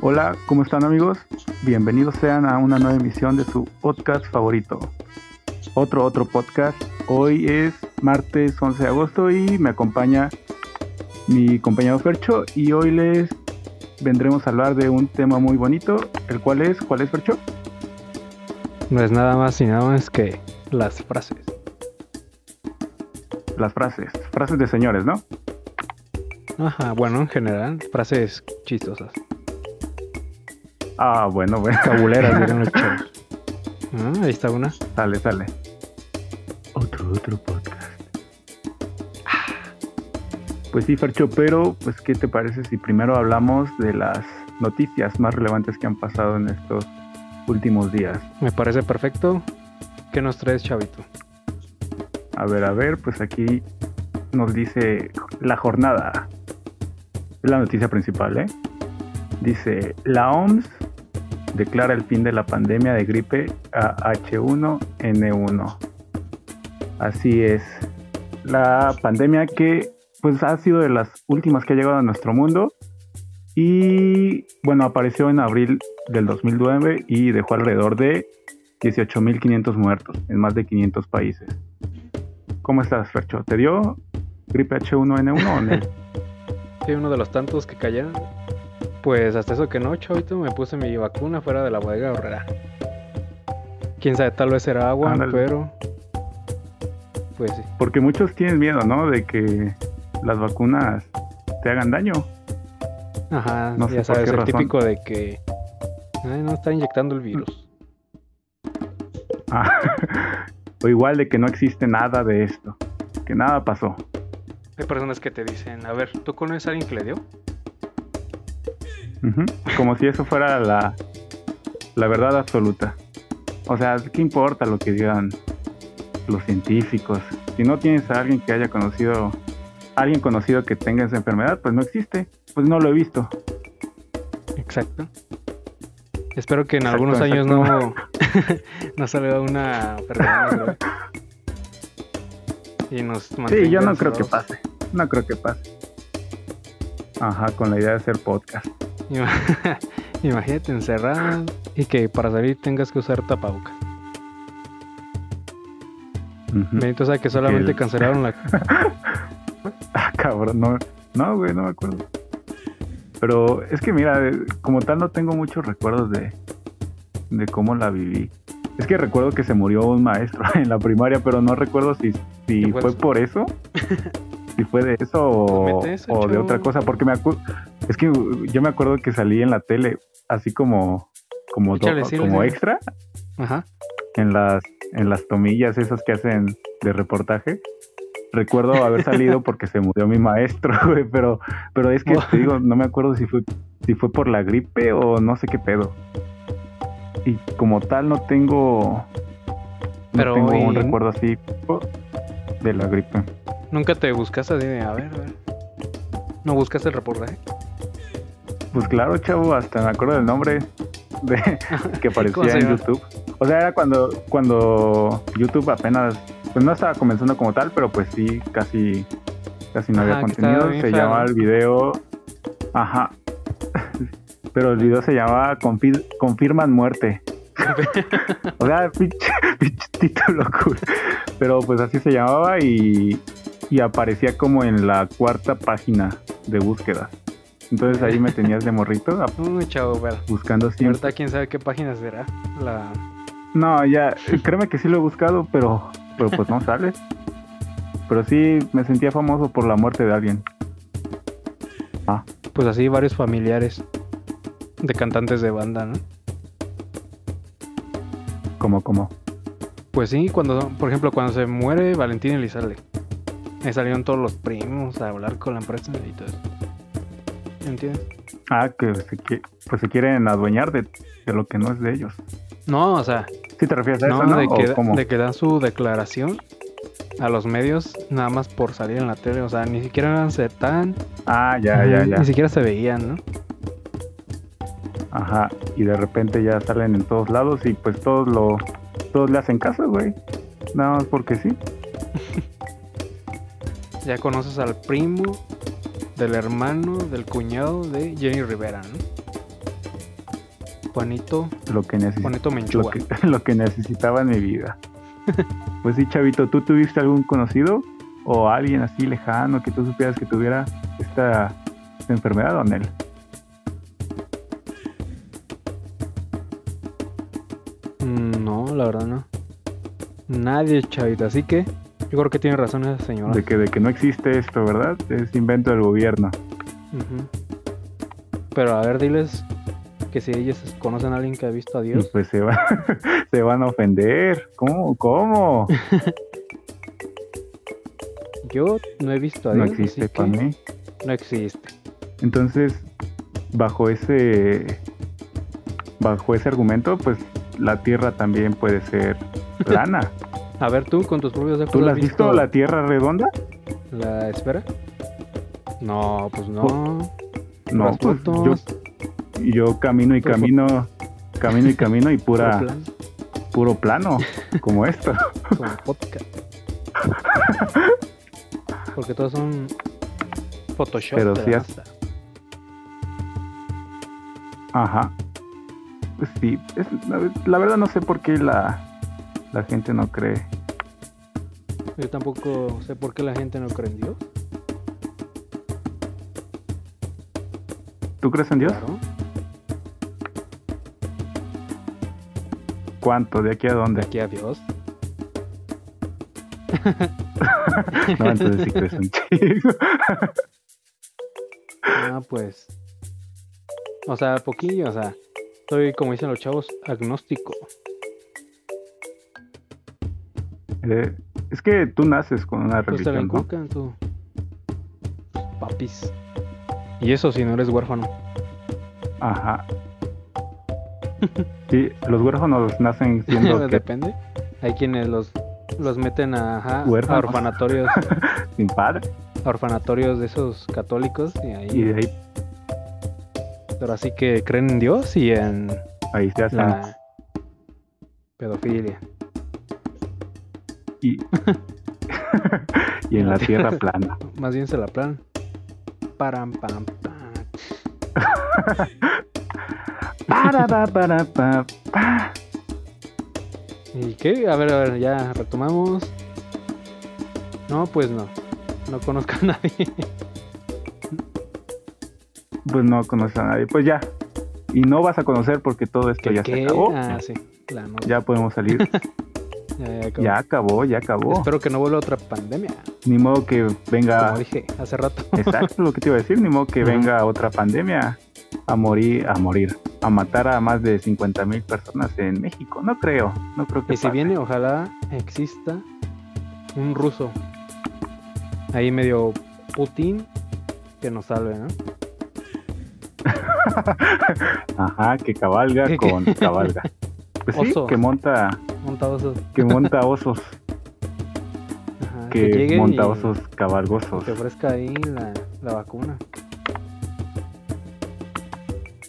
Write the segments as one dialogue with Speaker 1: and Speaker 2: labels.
Speaker 1: Hola, ¿cómo están amigos? Bienvenidos sean a una nueva emisión de su podcast favorito. Otro, otro podcast. Hoy es martes 11 de agosto y me acompaña mi compañero Fercho y hoy les vendremos a hablar de un tema muy bonito, el cual es, ¿cuál es Fercho?
Speaker 2: No es nada más y nada más que las frases.
Speaker 1: Las frases, frases de señores, ¿no?
Speaker 2: Ajá, bueno, en general, frases chistosas.
Speaker 1: Ah, bueno, bueno,
Speaker 2: Cabuleras, dirán los chavos. Ah, ahí está una.
Speaker 1: sale, sale.
Speaker 3: Otro, otro podcast.
Speaker 1: Pues sí, Fercho, pero pues ¿qué te parece si primero hablamos de las noticias más relevantes que han pasado en estos últimos días?
Speaker 2: Me parece perfecto. ¿Qué nos traes, chavito?
Speaker 1: A ver, a ver, pues aquí nos dice la jornada. Es la noticia principal, ¿eh? Dice, la OMS declara el fin de la pandemia de gripe a H1N1. Así es. La pandemia que pues ha sido de las últimas que ha llegado a nuestro mundo y bueno, apareció en abril del 2009 y dejó alrededor de 18.500 muertos en más de 500 países. ¿Cómo estás, Fercho? ¿Te dio gripe H1N1 o no?
Speaker 2: Sí, uno de los tantos que cayeron. Pues hasta eso que no, chavito, me puse mi vacuna fuera de la bodega horrera. Quién sabe, tal vez era agua,
Speaker 1: Ándale.
Speaker 2: pero. Pues sí.
Speaker 1: Porque muchos tienen miedo, ¿no? De que las vacunas te hagan daño.
Speaker 2: Ajá,
Speaker 1: No
Speaker 2: ya
Speaker 1: sé por
Speaker 2: sabes,
Speaker 1: qué
Speaker 2: el
Speaker 1: razón.
Speaker 2: típico de que. Ay, no, está inyectando el virus.
Speaker 1: Ah, o igual de que no existe nada de esto. Que nada pasó.
Speaker 2: Hay personas que te dicen, a ver, ¿tú conoces a alguien que le dio?
Speaker 1: Ujú. Como si eso fuera la, la verdad absoluta. O sea, ¿qué importa lo que digan los científicos? Si no tienes a alguien que haya conocido, alguien conocido que tenga esa enfermedad, pues no existe. Pues no lo he visto.
Speaker 2: Exacto. Espero que en
Speaker 1: Exacto,
Speaker 2: algunos años no, no salga una enfermedad más grave. Y nos
Speaker 1: Sí, yo
Speaker 2: mantenga
Speaker 1: no creo que
Speaker 2: encerrados.
Speaker 1: pase. No creo que pase. Ajá, con la idea de hacer podcast.
Speaker 2: Ima- Imagínate encerrado y que para salir tengas que usar tapabocas.
Speaker 1: Ujú.
Speaker 2: Benito sabe que solamente
Speaker 1: El-
Speaker 2: cancelaron la.
Speaker 1: Ah, cabrón, no, no, güey, no me acuerdo. Pero es que mira, eh, como tal no tengo muchos recuerdos de, de cómo la viví. Es que recuerdo que se murió un maestro en la primaria, pero no recuerdo si, si
Speaker 2: ¿Qué
Speaker 1: fue
Speaker 2: fue eso?
Speaker 1: por eso, si fue de eso o,
Speaker 2: Comete eso,
Speaker 1: o de
Speaker 2: chavo.
Speaker 1: otra cosa, porque me acu- es que yo me acuerdo que salí en la tele así como como, do-
Speaker 2: Échale, sí,
Speaker 1: como
Speaker 2: sí.
Speaker 1: extra
Speaker 2: Ajá.
Speaker 1: en las, en las tomillas esas que hacen de reportaje. Recuerdo haber salido porque se murió mi maestro, güey, pero, pero es que te digo, no me acuerdo si fue, si fue por la gripe o no sé qué pedo. Y como tal no tengo,
Speaker 2: Pero,
Speaker 1: no tengo un
Speaker 2: ¿y-
Speaker 1: recuerdo así de la gripe.
Speaker 2: Nunca te buscas así de, a ver, a ver. No buscas el reportaje.
Speaker 1: Pues claro, chavo, hasta me acuerdo del nombre de, que
Speaker 2: ¿Cómo
Speaker 1: aparecía
Speaker 2: se
Speaker 1: en
Speaker 2: llama?
Speaker 1: YouTube. O sea, era cuando, cuando YouTube apenas, pues no estaba comenzando como tal, pero pues sí, casi, casi no
Speaker 2: Ajá,
Speaker 1: había
Speaker 2: que estaba
Speaker 1: contenido.
Speaker 2: bien
Speaker 1: Se
Speaker 2: feo,
Speaker 1: llamaba
Speaker 2: ¿no?
Speaker 1: el video, ajá, pero el video se llamaba Confir- Confirman Muerte. o sea, pinche, pinche título, cool. pero pues así se llamaba y, y aparecía como en la cuarta página de búsqueda. Entonces ahí me tenías de morrito a-
Speaker 2: No, chavo, ver.
Speaker 1: buscando siempre.
Speaker 2: Ahorita quién sabe qué página será. La.
Speaker 1: No, ya, créeme que sí lo he buscado, pero, pero pues no sale. Pero sí me sentía famoso por la muerte de alguien.
Speaker 2: Pues así varios familiares de cantantes de banda, ¿no?
Speaker 1: Como, como.
Speaker 2: Pues sí, cuando, por ejemplo, cuando se muere Valentín Elizalde, ahí salieron todos los primos a hablar con la empresa y todo eso. ¿Entiendes?
Speaker 1: Ah, que se, qui- pues se quieren adueñar de, de lo que no es de ellos.
Speaker 2: No, o sea,
Speaker 1: ¿Sí te refieres a
Speaker 2: no,
Speaker 1: eso, no?
Speaker 2: De,
Speaker 1: ¿O
Speaker 2: que,
Speaker 1: cómo?
Speaker 2: de que dan su declaración a los medios nada más por salir en la tele, o sea, ni siquiera eran ser tan,
Speaker 1: Ah, ya, ya, ya.
Speaker 2: ni siquiera se veían, ¿no?
Speaker 1: Ajá. Y de repente ya salen en todos lados y pues todos lo, todos le hacen caso, güey. Nada más porque sí.
Speaker 2: Ya conoces al primo, del hermano, del cuñado de Jenny Rivera, ¿no? Juanito,
Speaker 1: Lo que, neces-
Speaker 2: Juanito
Speaker 1: lo
Speaker 2: Menchúa.
Speaker 1: que, lo que necesitaba en mi vida. Pues sí, Chavito, ¿tú tuviste algún conocido o alguien así lejano que tú supieras que tuviera esta, esta enfermedad, Donel?
Speaker 2: Mm, No, la verdad no. Nadie, chavito. Así que yo creo que tiene razón esa señora.
Speaker 1: De que, de que no existe esto, ¿verdad? Es invento del gobierno.
Speaker 2: Ujú. Pero a ver, diles que si ellos conocen a alguien que ha visto a
Speaker 1: Y
Speaker 2: Dios.
Speaker 1: pues se, va, se van a ofender. ¿Cómo? ¿Cómo?
Speaker 2: Yo no he visto a
Speaker 1: Mm. No
Speaker 2: Dios.
Speaker 1: existe
Speaker 2: así que
Speaker 1: para mí.
Speaker 2: No existe.
Speaker 1: Entonces, bajo ese bajo ese argumento, pues la Tierra también puede ser plana.
Speaker 2: A ver, tú con tus propios ojos.
Speaker 1: ¿Tú la has visto la Tierra redonda?
Speaker 2: la esfera? No, pues no.
Speaker 1: No,
Speaker 2: Las
Speaker 1: pues yo,
Speaker 2: fotos,
Speaker 1: yo camino y
Speaker 2: Por fo-
Speaker 1: camino, camino y camino y
Speaker 2: los
Speaker 1: pura
Speaker 2: planes,
Speaker 1: puro plano como esto.
Speaker 2: como podcast. Porque todos son Photoshop.
Speaker 1: Pero
Speaker 2: de la
Speaker 1: sí has-
Speaker 2: NASA.
Speaker 1: Ajá. Pues sí, es, la, la verdad no sé por qué la la gente no cree.
Speaker 2: Yo tampoco sé por qué la gente no cree en Dios.
Speaker 1: ¿Tú crees en Dios?
Speaker 2: Claro.
Speaker 1: ¿Cuánto? ¿De aquí a
Speaker 2: De
Speaker 1: dónde?
Speaker 2: aquí a Dios.
Speaker 1: No, entonces sí crees en chingo.
Speaker 2: Ah, pues. O sea, poquillo, o sea. Soy, como dicen los chavos, agnóstico.
Speaker 1: Eh, es que tú naces con una
Speaker 2: Pues te la
Speaker 1: religión, ¿no?
Speaker 2: inculcan, tú. Tus Papis. Y eso si no eres huérfano.
Speaker 1: Ajá. Sí, los huérfanos nacen siendo que
Speaker 2: Depende. Hay quienes los, los meten a, ajá, a
Speaker 1: Huérfanos.
Speaker 2: orfanatorios,
Speaker 1: sin padre
Speaker 2: a orfanatorios de esos católicos. Y ahí,
Speaker 1: y de ahí,
Speaker 2: Pero así que creen en Dios y en
Speaker 1: ahí se hacen.
Speaker 2: la pedofilia.
Speaker 1: Y, y en la tierra plana.
Speaker 2: Más bien se la plan. Param, pam, pam.
Speaker 1: Para, pa, para, pa, pa.
Speaker 2: ¿Y qué? A ver, a ver, ya retomamos. No, pues no. No conozco a nadie.
Speaker 1: Pues no conoces a nadie. Pues ya. Y no vas a conocer porque todo esto ya se
Speaker 2: ¿Qué?
Speaker 1: acabó.
Speaker 2: Ah, sí. La no-
Speaker 1: Ya podemos salir.
Speaker 2: ya, ya acabó.
Speaker 1: ya acabó, ya acabó.
Speaker 2: Espero que no vuelva otra pandemia.
Speaker 1: Ni modo que venga.
Speaker 2: Como dije hace rato.
Speaker 1: Exacto, lo que te iba a decir. Ni modo que
Speaker 2: Ujú.
Speaker 1: venga otra pandemia a morir, a morir, a matar a más de 50 mil personas en México. No creo, no creo que
Speaker 2: Y si
Speaker 1: pase.
Speaker 2: viene, ojalá exista un ruso. Ahí medio Putin que nos salve, ¿no?
Speaker 1: Ajá, que cabalga
Speaker 2: ¿Qué, qué?
Speaker 1: con cabalga. Pues sí,
Speaker 2: Oso.
Speaker 1: que monta,
Speaker 2: Monta osos.
Speaker 1: que monta osos,
Speaker 2: Ajá,
Speaker 1: que,
Speaker 2: llegue
Speaker 1: monta
Speaker 2: Ah, y-
Speaker 1: osos
Speaker 2: y
Speaker 1: cabalgosos.
Speaker 2: Que ofrezca ahí la, la vacuna.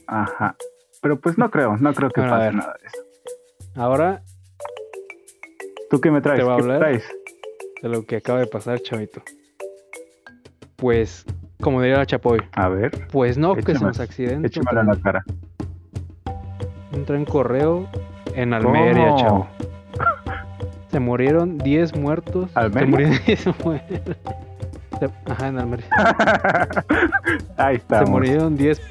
Speaker 1: Ajá. Pero pues no creo, no creo que
Speaker 2: Bueno, a
Speaker 1: pase
Speaker 2: ver.
Speaker 1: nada de eso.
Speaker 2: Ahora,
Speaker 1: ¿Tú qué me traes?
Speaker 2: Te voy a
Speaker 1: ¿Qué
Speaker 2: hablar.
Speaker 1: traes?
Speaker 2: de lo que acaba de pasar, chavito. Pues, como diría la Chapoy,
Speaker 1: A ver,
Speaker 2: pues no, que se
Speaker 1: Échame-
Speaker 2: nos accidente.
Speaker 1: échamela en la cara.
Speaker 2: Un tren correo en Almería,
Speaker 1: ¿Cómo?
Speaker 2: chavo. Se murieron 10 muertos.
Speaker 1: ¿Almería?
Speaker 2: Se murieron 10 muertos. Se- Ajá, en Almería.
Speaker 1: Ahí
Speaker 2: Se
Speaker 1: estamos.
Speaker 2: murieron 10.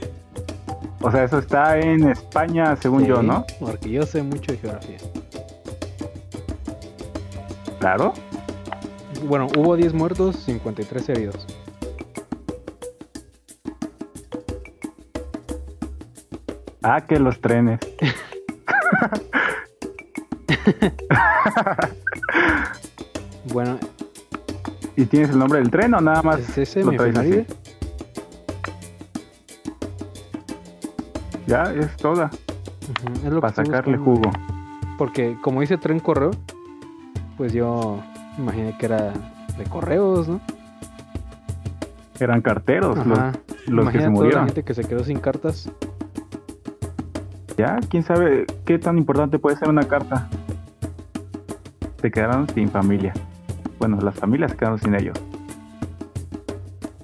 Speaker 1: O sea, eso está en España, según yo,
Speaker 2: Sí,
Speaker 1: ¿no?
Speaker 2: Porque yo sé mucho de geografía.
Speaker 1: Claro.
Speaker 2: Bueno, hubo 10 muertos, 53 heridos.
Speaker 1: Ah, que los trenes.
Speaker 2: Bueno,
Speaker 1: ¿Y tienes el nombre del tren o nada más?
Speaker 2: ¿es ese
Speaker 1: lo
Speaker 2: mi
Speaker 1: traes así.
Speaker 2: efeméride?
Speaker 1: Ya, es toda.
Speaker 2: Ujú, es lo que
Speaker 1: Para
Speaker 2: estoy
Speaker 1: sacarle
Speaker 2: buscando.
Speaker 1: jugo.
Speaker 2: Porque como dice tren correo, pues yo imaginé que era de correos, ¿no?
Speaker 1: Eran carteros los,
Speaker 2: Ajá.
Speaker 1: los que
Speaker 2: Imagina
Speaker 1: se
Speaker 2: toda la
Speaker 1: murieron.
Speaker 2: gente que se quedó sin cartas.
Speaker 1: Ya, quién sabe qué tan importante puede ser una carta. Se quedaron sin familia. Bueno, las familias se quedaron sin ellos.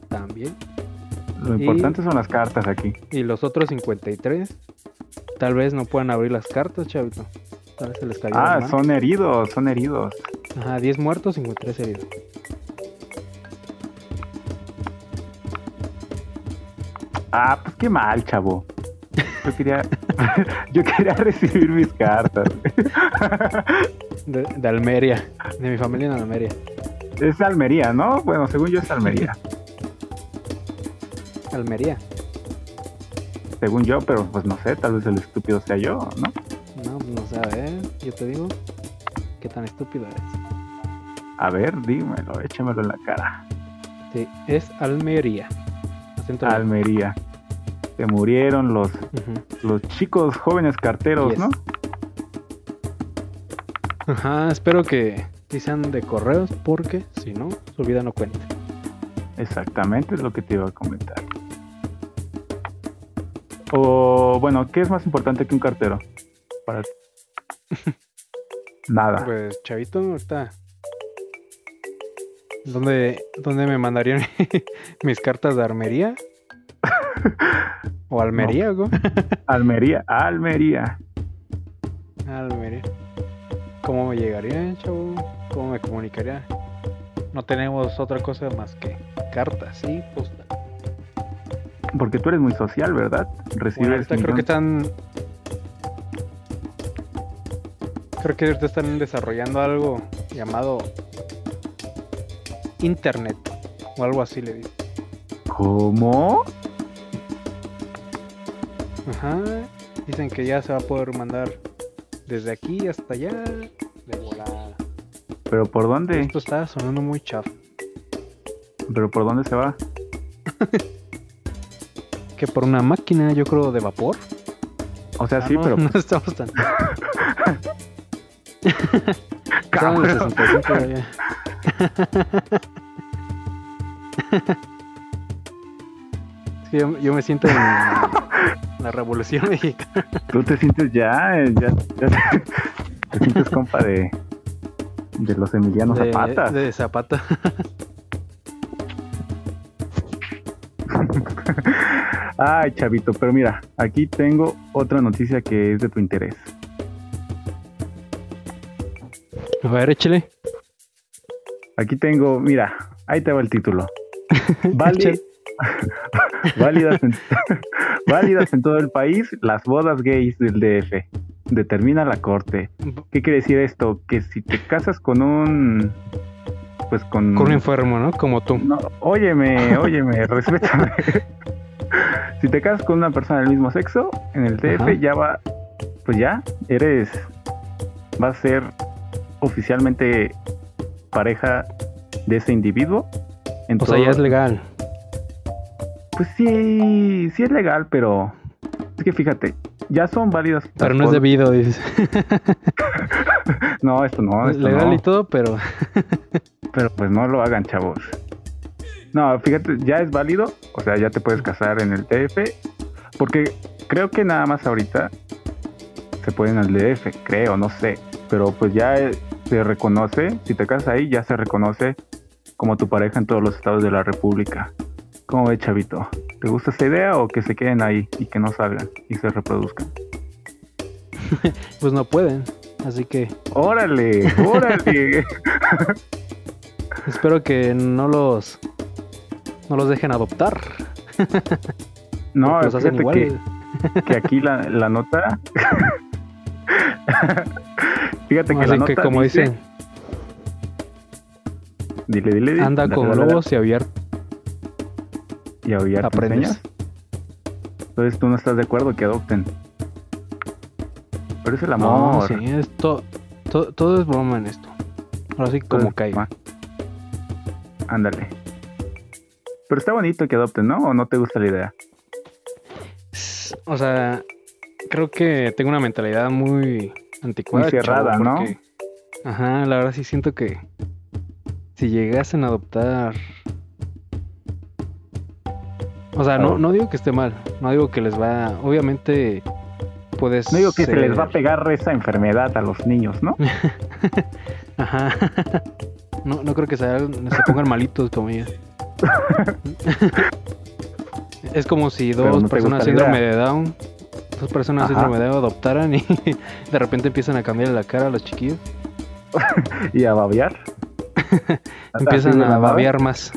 Speaker 2: También.
Speaker 1: Lo
Speaker 2: Y-
Speaker 1: importante son las cartas aquí.
Speaker 2: Y los otros 53 Tal vez no puedan abrir las cartas, chavito. Tal vez se les cayó. la
Speaker 1: Ah,
Speaker 2: mano.
Speaker 1: son heridos, son heridos.
Speaker 2: Ajá, 10 muertos, 53 heridos.
Speaker 1: Ah, pues qué mal, chavo. Yo quería, yo quería recibir mis cartas.
Speaker 2: De, de Almería. De mi familia en Almería.
Speaker 1: Es Almería, ¿no? Bueno, según yo es Almería.
Speaker 2: Almería.
Speaker 1: Según yo, pero pues no sé, tal vez el estúpido sea yo, ¿no?
Speaker 2: No, pues no sabe, ¿eh? Yo te digo qué tan estúpido eres.
Speaker 1: A ver, dímelo, échamelo en la cara.
Speaker 2: Sí, es Almería. Acento al-
Speaker 1: Almería. Se murieron los,
Speaker 2: Ujú.
Speaker 1: los chicos jóvenes carteros,
Speaker 2: Yes.
Speaker 1: ¿no?
Speaker 2: Ajá, espero que sí sean de correos porque si no, su vida no cuenta.
Speaker 1: Exactamente, es lo que te iba a comentar. O bueno, ¿qué es más importante que un cartero? Para ti. Nada.
Speaker 2: Pues, chavito, ahorita. ¿Dónde, dónde me mandarían mis cartas de armería? ¿O almería, güey?
Speaker 1: Almería, Almería.
Speaker 2: Almería. ¿Cómo me llegaría, chavo? ¿Cómo me comunicaría? No tenemos otra cosa más que cartas pues, y posta.
Speaker 1: Porque tú eres muy social, ¿verdad?
Speaker 2: Bueno,
Speaker 1: Recibes
Speaker 2: ahorita creo que
Speaker 1: millones-
Speaker 2: están. Creo que ahorita están desarrollando algo llamado Internet. O algo así le digo.
Speaker 1: ¿Cómo?
Speaker 2: Ajá. Dicen que ya se va a poder mandar desde aquí hasta allá. De volada.
Speaker 1: ¿Pero por dónde?
Speaker 2: Esto está sonando muy chafa.
Speaker 1: ¿Pero por dónde se va?
Speaker 2: Que por una máquina, yo creo, de vapor.
Speaker 1: O sea,
Speaker 2: Ah,
Speaker 1: sí,
Speaker 2: no,
Speaker 1: pero
Speaker 2: No estamos tan. Estamos en el
Speaker 1: Cabrón.
Speaker 2: 65 todavía. Sí, yo, yo me siento en la revolución mexicana.
Speaker 1: tú te sientes ya, eh, ya, ya- te sientes compa de, de los Emiliano
Speaker 2: de,
Speaker 1: Zapata.
Speaker 2: de Zapata.
Speaker 1: Ay, chavito, pero mira, aquí tengo otra noticia que es de tu interés.
Speaker 2: A ver, échale.
Speaker 1: Aquí tengo, mira, ahí te va el título. Vali-
Speaker 2: Échale.
Speaker 1: válidas, en, válidas en todo el país las bodas gays del DF. Determina la corte. ¿Qué quiere decir esto? Que si te casas con un... Pues con...
Speaker 2: Con un enfermo, ¿no? Como tú.
Speaker 1: No, óyeme, óyeme, respétame. si te casas con una persona del mismo sexo, en el DF
Speaker 2: Ajá.
Speaker 1: ya va, pues ya, eres, vas a ser oficialmente pareja de ese individuo. En
Speaker 2: O sea,
Speaker 1: todo-
Speaker 2: ya es legal.
Speaker 1: Pues sí, sí es legal, pero es que fíjate, ya son válidas. las
Speaker 2: Pero no es
Speaker 1: bodas-
Speaker 2: debido, dices.
Speaker 1: No, esto no, esto
Speaker 2: legal
Speaker 1: no.
Speaker 2: y todo, pero.
Speaker 1: Pero pues no lo hagan, chavos. No, fíjate, ya es válido. O sea, ya te puedes casar en el DF. Porque creo que nada más ahorita se pueden al DF, creo, no sé. Pero pues ya eh, se reconoce, si te casas ahí, ya se reconoce como tu pareja en todos los estados de la República. ¿Cómo ve, chavito? ¿Te gusta esta idea o que se queden ahí y que no salgan y se reproduzcan?
Speaker 2: Pues no pueden. Así que
Speaker 1: ¡Órale! ¡Órale!
Speaker 2: espero que no los. No los dejen adoptar.
Speaker 1: No,
Speaker 2: porque los hacen
Speaker 1: fíjate que
Speaker 2: iguales.
Speaker 1: que aquí la, la nota. Fíjate que la
Speaker 2: Así
Speaker 1: nota.
Speaker 2: que, como
Speaker 1: dice-
Speaker 2: dicen,
Speaker 1: Dile, dile, dile.
Speaker 2: anda
Speaker 1: Dale,
Speaker 2: con
Speaker 1: dale, dale.
Speaker 2: lobos y abierto.
Speaker 1: Y aullar tus
Speaker 2: aprendes.
Speaker 1: señas. Entonces tú no estás de acuerdo que adopten. Pero es el
Speaker 2: No,
Speaker 1: amor.
Speaker 2: sí, es to- to- todo es broma en esto. Ahora sí,
Speaker 1: Todo
Speaker 2: como
Speaker 1: es
Speaker 2: caiga.
Speaker 1: broma. Ándale. Pero está bonito que adopten, ¿no? ¿O no te gusta la idea?
Speaker 2: O sea, creo que tengo una mentalidad muy anticuada.
Speaker 1: Muy cerrada,
Speaker 2: chavo,
Speaker 1: ¿no?
Speaker 2: porque- Ajá, la verdad sí siento que si llegasen a adoptar. O sea, no,
Speaker 1: Ah.
Speaker 2: no digo que esté mal, no digo que les va. Obviamente, puedes.
Speaker 1: No digo que se les va a
Speaker 2: ser-
Speaker 1: pegar esa enfermedad a los niños, ¿no?
Speaker 2: Ajá. No, no creo que se, hagan- se pongan malitos como ella. es como si
Speaker 1: Pero
Speaker 2: dos
Speaker 1: no te gusta
Speaker 2: personas
Speaker 1: la
Speaker 2: síndrome de Down Esas personas de
Speaker 1: Ajá.
Speaker 2: síndrome de Down adoptaran y de repente empiezan a cambiar la cara a los chiquillos.
Speaker 1: y a babear. Así de
Speaker 2: Empiezan a
Speaker 1: la nada,
Speaker 2: babear más.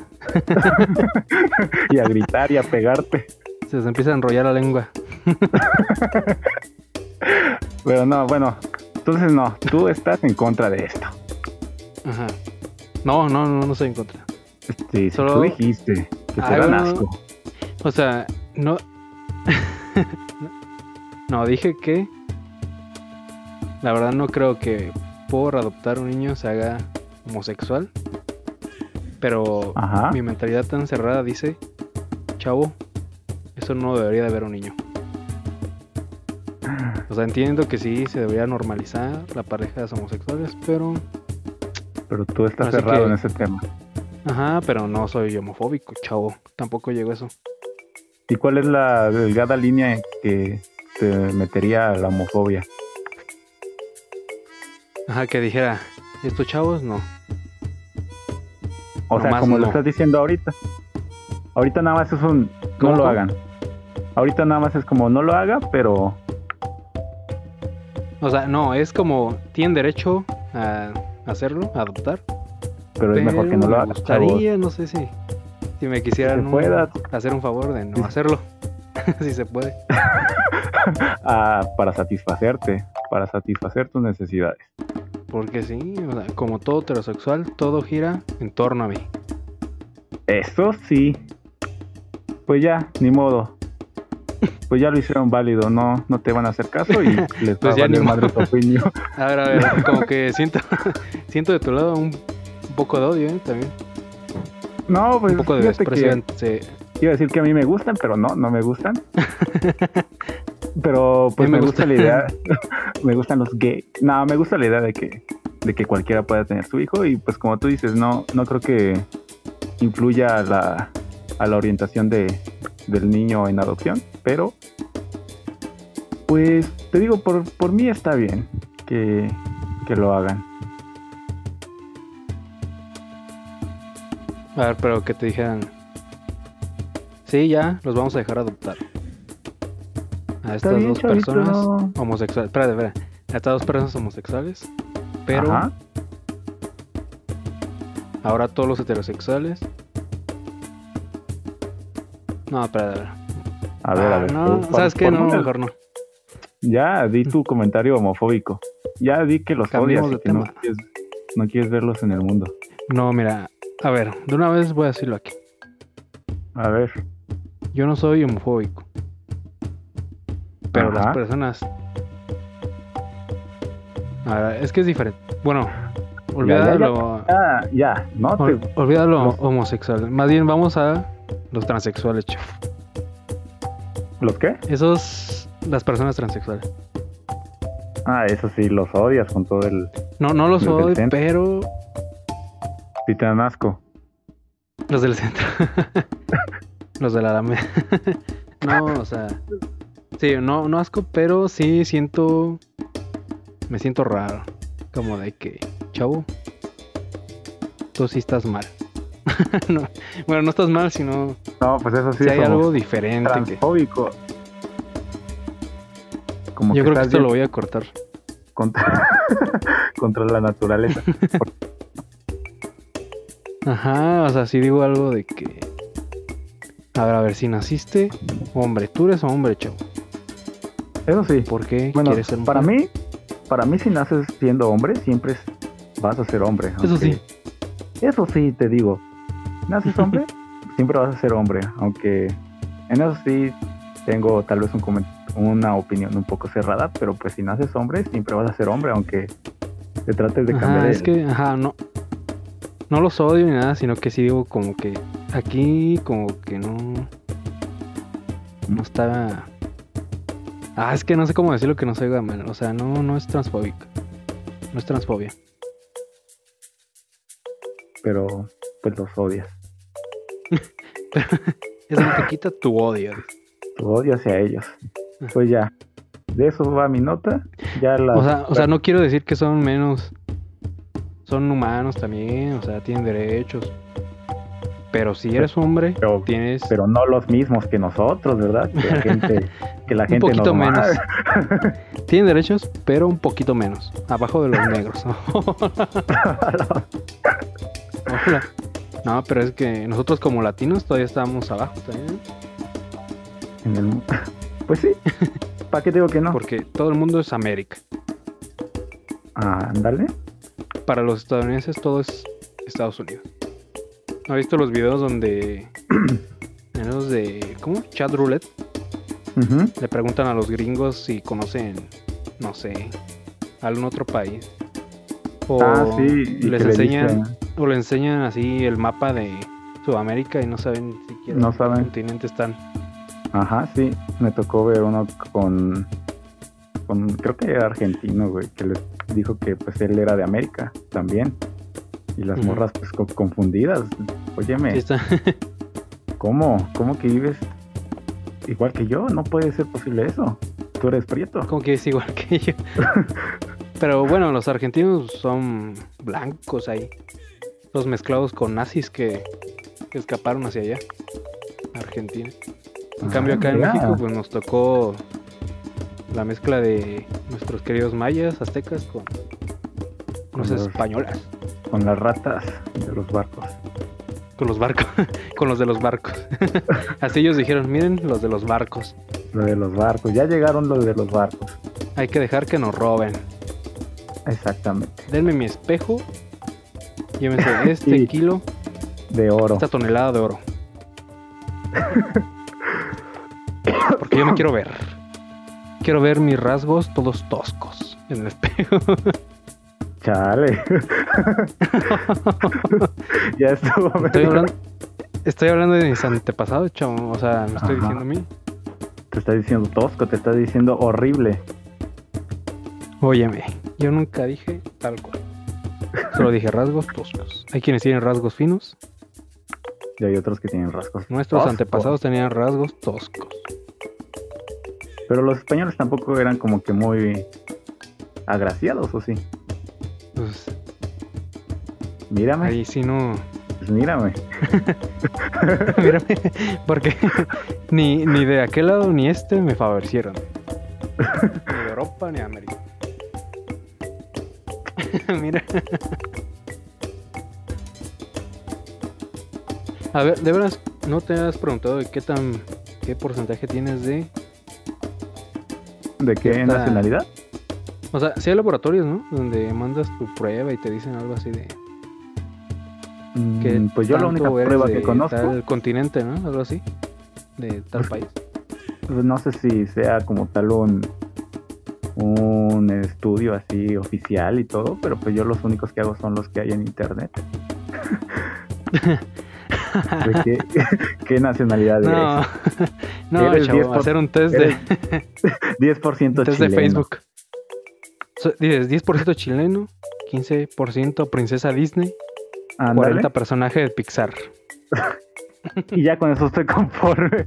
Speaker 1: Y a gritar y a pegarte.
Speaker 2: Se les empieza a enrollar la lengua.
Speaker 1: Pero no, bueno, entonces no, tú estás en contra de esto.
Speaker 2: Ajá. No, no, no, no estoy en contra.
Speaker 1: Sí, sí,
Speaker 2: Solo-
Speaker 1: Este, tú dijiste que te
Speaker 2: Ay,
Speaker 1: dan
Speaker 2: bueno.
Speaker 1: asco.
Speaker 2: O sea, no. no, dije que. La verdad, no creo que por adoptar un niño se haga homosexual. Pero
Speaker 1: Ajá.
Speaker 2: mi mentalidad tan cerrada dice: Chavo, eso no debería de haber un niño. O sea, entiendo que sí se debería normalizar la pareja de homosexuales, pero.
Speaker 1: Pero tú estás
Speaker 2: Así
Speaker 1: cerrado
Speaker 2: que-
Speaker 1: en ese tema.
Speaker 2: Ajá, pero no soy homofóbico, chavo. Tampoco llego a eso.
Speaker 1: ¿Y cuál es la delgada línea en que te metería la homofobia?
Speaker 2: Ajá, que dijera, estos chavos no.
Speaker 1: O sea,
Speaker 2: Nomás
Speaker 1: como
Speaker 2: no.
Speaker 1: lo estás diciendo ahorita. Ahorita nada más es un no
Speaker 2: ¿Cómo,
Speaker 1: lo
Speaker 2: cómo?
Speaker 1: hagan. Ahorita nada más es como no lo haga, pero
Speaker 2: O sea, no, es como, tienen derecho a hacerlo, a adoptar.
Speaker 1: pero, es mejor que no lo
Speaker 2: me
Speaker 1: haga. chavos.
Speaker 2: gustaría, no sé si, si me quisieran
Speaker 1: Que se
Speaker 2: un-
Speaker 1: pueda.
Speaker 2: hacer un favor de no
Speaker 1: Sí.
Speaker 2: hacerlo. si se puede.
Speaker 1: Ah, para satisfacerte, para satisfacer tus necesidades.
Speaker 2: Porque sí, o sea, como todo heterosexual, todo gira en torno a mí.
Speaker 1: Eso sí. Pues ya, ni modo. Pues ya lo hicieron válido, no, no te van a hacer caso y les va
Speaker 2: Pues
Speaker 1: a
Speaker 2: ya ni
Speaker 1: valer madre
Speaker 2: modo.
Speaker 1: tu opinión.
Speaker 2: A ver, a ver, como que siento, siento de tu lado un, un poco de odio, ¿eh? También.
Speaker 1: No, pues
Speaker 2: un poco de
Speaker 1: fíjate
Speaker 2: desprecio.
Speaker 1: que
Speaker 2: ante-
Speaker 1: Iba a decir que a mí me gustan, pero no, no me gustan. Pero pues
Speaker 2: Sí,
Speaker 1: me,
Speaker 2: me
Speaker 1: gusta
Speaker 2: gustan.
Speaker 1: la idea, me gustan los gays. No, me gusta la idea de que, de que cualquiera pueda tener su hijo y pues como tú dices, no, no creo que influya a la, a la orientación de, del niño en adopción, pero pues te digo, por, por mí está bien que, que lo hagan.
Speaker 2: A ver, pero que te dijeran. Sí, ya, los vamos a dejar adoptar.
Speaker 1: Está
Speaker 2: A estas
Speaker 1: bien,
Speaker 2: dos
Speaker 1: chavito,
Speaker 2: personas
Speaker 1: no.
Speaker 2: homosexuales. Espera, espera. A estas dos personas homosexuales. Pero
Speaker 1: Ajá.
Speaker 2: ahora todos los heterosexuales. No, espera, espera.
Speaker 1: A ver, a
Speaker 2: Ah,
Speaker 1: ver.
Speaker 2: No,
Speaker 1: por-
Speaker 2: ¿sabes qué?
Speaker 1: por
Speaker 2: No,
Speaker 1: mí me-
Speaker 2: mejor no.
Speaker 1: Ya di tu comentario homofóbico. Ya di que los
Speaker 2: Este. Cambiemos
Speaker 1: odias y
Speaker 2: de
Speaker 1: que no
Speaker 2: tema.
Speaker 1: quieres, no quieres verlos en el mundo.
Speaker 2: No, mira. A ver, de una vez voy a decirlo aquí.
Speaker 1: A ver.
Speaker 2: Yo no soy homofóbico. Pero
Speaker 1: Ajá.
Speaker 2: las personas. Ahora, es que es diferente. Bueno,
Speaker 1: ya, ya.
Speaker 2: olvídalo.
Speaker 1: Ah, ya. No
Speaker 2: Ol-
Speaker 1: te.
Speaker 2: olvida lo
Speaker 1: los-
Speaker 2: homosexual. Más bien vamos a los transexuales, chef.
Speaker 1: ¿Los qué?
Speaker 2: Esos, las personas transexuales.
Speaker 1: Ah, eso sí, los odias con todo el.
Speaker 2: No, no los
Speaker 1: Los del
Speaker 2: soy,
Speaker 1: centro.
Speaker 2: pero
Speaker 1: Si te dan asco.
Speaker 2: los del centro. los del Alameda. no, o sea. Sí, no, no asco, pero sí siento. Me siento raro. Como de que, chavo, tú sí estás mal. No, bueno, no estás mal, sino
Speaker 1: No, pues eso sí
Speaker 2: si
Speaker 1: es
Speaker 2: hay
Speaker 1: homo-
Speaker 2: algo diferente. que-
Speaker 1: transfóbico. Como
Speaker 2: yo creo que
Speaker 1: estás
Speaker 2: esto
Speaker 1: bien
Speaker 2: lo voy a cortar.
Speaker 1: contra, contra la naturaleza.
Speaker 2: Ajá, o sea, si digo algo de que. A ver, a ver, si naciste hombre, tú eres hombre, chavo.
Speaker 1: Eso sí.
Speaker 2: ¿Por qué
Speaker 1: Bueno,
Speaker 2: quieres ser mujer?
Speaker 1: para mí, para mí si naces siendo hombre, siempre es- vas a ser hombre.
Speaker 2: Eso sí.
Speaker 1: Eso sí, te digo. Naces hombre, siempre vas a ser hombre. Aunque en eso sí tengo tal vez un comen- una opinión un poco cerrada, pero pues si naces hombre, siempre vas a ser hombre, aunque te trates de cambiar.
Speaker 2: Ajá, es
Speaker 1: el-
Speaker 2: que, ajá, no. No los odio ni nada, sino que sí digo como que. Aquí, como que no. No está. Ah, es que no sé cómo decirlo que no se oiga mal. O sea, no, no es transfóbico. No es transfobia.
Speaker 1: Pero pues los odias.
Speaker 2: Eso no te quita tu odio.
Speaker 1: Tú odias a ellos. Pues ya. De eso va mi nota. Ya la...
Speaker 2: Ah. O sea, o sea, no quiero decir que son menos. Son humanos también, o sea, tienen derechos. Pero si eres hombre,
Speaker 1: Pero-
Speaker 2: tienes.
Speaker 1: pero no los mismos que nosotros, ¿verdad? Que la gente que la
Speaker 2: Un
Speaker 1: gente
Speaker 2: poquito
Speaker 1: normal.
Speaker 2: menos. Tienen derechos, pero un poquito menos. Abajo de los negros. Hola. No, pero es que nosotros como latinos todavía estábamos abajo también. ¿eh?
Speaker 1: en el mu- Pues sí. ¿Para qué te digo que no?
Speaker 2: Porque todo el mundo es América.
Speaker 1: Ah, ándale.
Speaker 2: Para los estadounidenses todo es Estados Unidos. ¿No ¿Has visto los videos donde... en esos de... ¿Cómo? Chat Roulette.
Speaker 1: Ujú.
Speaker 2: Le preguntan a los gringos si conocen, no sé, algún otro país. O
Speaker 1: ah, sí. y
Speaker 2: les
Speaker 1: que le
Speaker 2: enseñan,
Speaker 1: dicen,
Speaker 2: o le enseñan así el mapa de Sudamérica y no saben ni siquiera
Speaker 1: No
Speaker 2: en qué
Speaker 1: saben.
Speaker 2: continente están.
Speaker 1: Ajá, sí. Me tocó ver uno con. con creo que era argentino, güey. Que les dijo que pues él era de América también. Y las
Speaker 2: Ujú.
Speaker 1: morras, pues co- confundidas. Óyeme.
Speaker 2: Sí está-
Speaker 1: ¿Cómo? ¿Cómo que vives igual que yo? No puede ser posible eso. Tú eres prieto.
Speaker 2: como que es igual que yo. Pero bueno, los argentinos son blancos ahí. Los mezclados con nazis que que escaparon hacia allá. Argentina. En
Speaker 1: Ah,
Speaker 2: cambio acá en
Speaker 1: mira.
Speaker 2: México pues nos tocó la mezcla de nuestros queridos mayas, aztecas con los
Speaker 1: los-
Speaker 2: españolas,
Speaker 1: Con las ratas de los barcos.
Speaker 2: con los barcos, con los de los barcos. Así ellos dijeron, miren los de los barcos,
Speaker 1: Lo de los barcos. Ya llegaron los de los barcos.
Speaker 2: hay que dejar que nos roben.
Speaker 1: Exactamente.
Speaker 2: Denme mi espejo, llévense este
Speaker 1: Sí.
Speaker 2: kilo,
Speaker 1: De oro.
Speaker 2: esta tonelada de oro. Porque yo me quiero ver. Quiero ver mis rasgos todos toscos en el espejo.
Speaker 1: Chale. ya estuvo.
Speaker 2: Estoy
Speaker 1: medio-
Speaker 2: hablando, estoy hablando de mis antepasados, chavo. O sea, me estoy
Speaker 1: Ajá.
Speaker 2: diciendo a mí.
Speaker 1: Te está diciendo tosco, te está diciendo horrible.
Speaker 2: Óyeme, yo nunca dije tal cual. Solo dije rasgos toscos. Hay quienes tienen rasgos finos.
Speaker 1: Y hay otros que tienen rasgos.
Speaker 2: Nuestros
Speaker 1: toscos.
Speaker 2: antepasados tenían rasgos toscos.
Speaker 1: Pero los españoles tampoco eran como que muy agraciados, ¿o sí?
Speaker 2: Pues
Speaker 1: Mírame,
Speaker 2: ahí sí no.
Speaker 1: pues mírame.
Speaker 2: Mírame, porque ni, ni de aquel lado ni este me favorecieron. Ni de Europa ni de América. Mira. A ver, de veras, ¿no te has preguntado de qué tan qué porcentaje tienes de.
Speaker 1: ¿De qué
Speaker 2: Está-
Speaker 1: nacionalidad?
Speaker 2: O sea, si hay laboratorios, ¿no? Donde mandas tu prueba y te dicen algo así de. que
Speaker 1: Mm, pues yo la
Speaker 2: tanto
Speaker 1: única
Speaker 2: eres
Speaker 1: prueba
Speaker 2: de
Speaker 1: que conozco.
Speaker 2: Tal continente, ¿no? Algo así. De tal país.
Speaker 1: Pues no sé si sea como tal un, un estudio así oficial y todo, pero pues yo los únicos que hago son los que hay en internet. ¿De qué, qué nacionalidad
Speaker 2: No,
Speaker 1: eres?
Speaker 2: no,
Speaker 1: Eres
Speaker 2: chavo,
Speaker 1: 10%,
Speaker 2: hacer un test de,
Speaker 1: Eres 10%
Speaker 2: test de
Speaker 1: chileno.
Speaker 2: Facebook. So- dices 10% chileno, 15% princesa Disney,
Speaker 1: Ándale,
Speaker 2: 40 personaje de Pixar.
Speaker 1: Y ya con eso estoy conforme.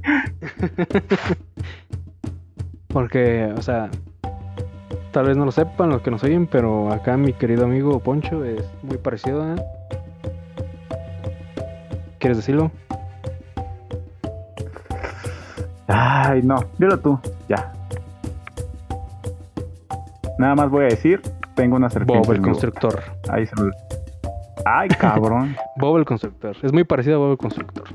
Speaker 2: Porque, o sea, tal vez no lo sepan los que nos oyen, pero acá mi querido amigo Poncho es muy parecido a... ¿Quieres decirlo?
Speaker 1: Ay, no. Dilo tú. Ya. Nada más voy a decir, tengo una serpiente.
Speaker 2: Bob el
Speaker 1: en mi boca.
Speaker 2: constructor.
Speaker 1: Ahí se me- Ay, cabrón.
Speaker 2: Bob el constructor. Es muy parecido a Bob el constructor.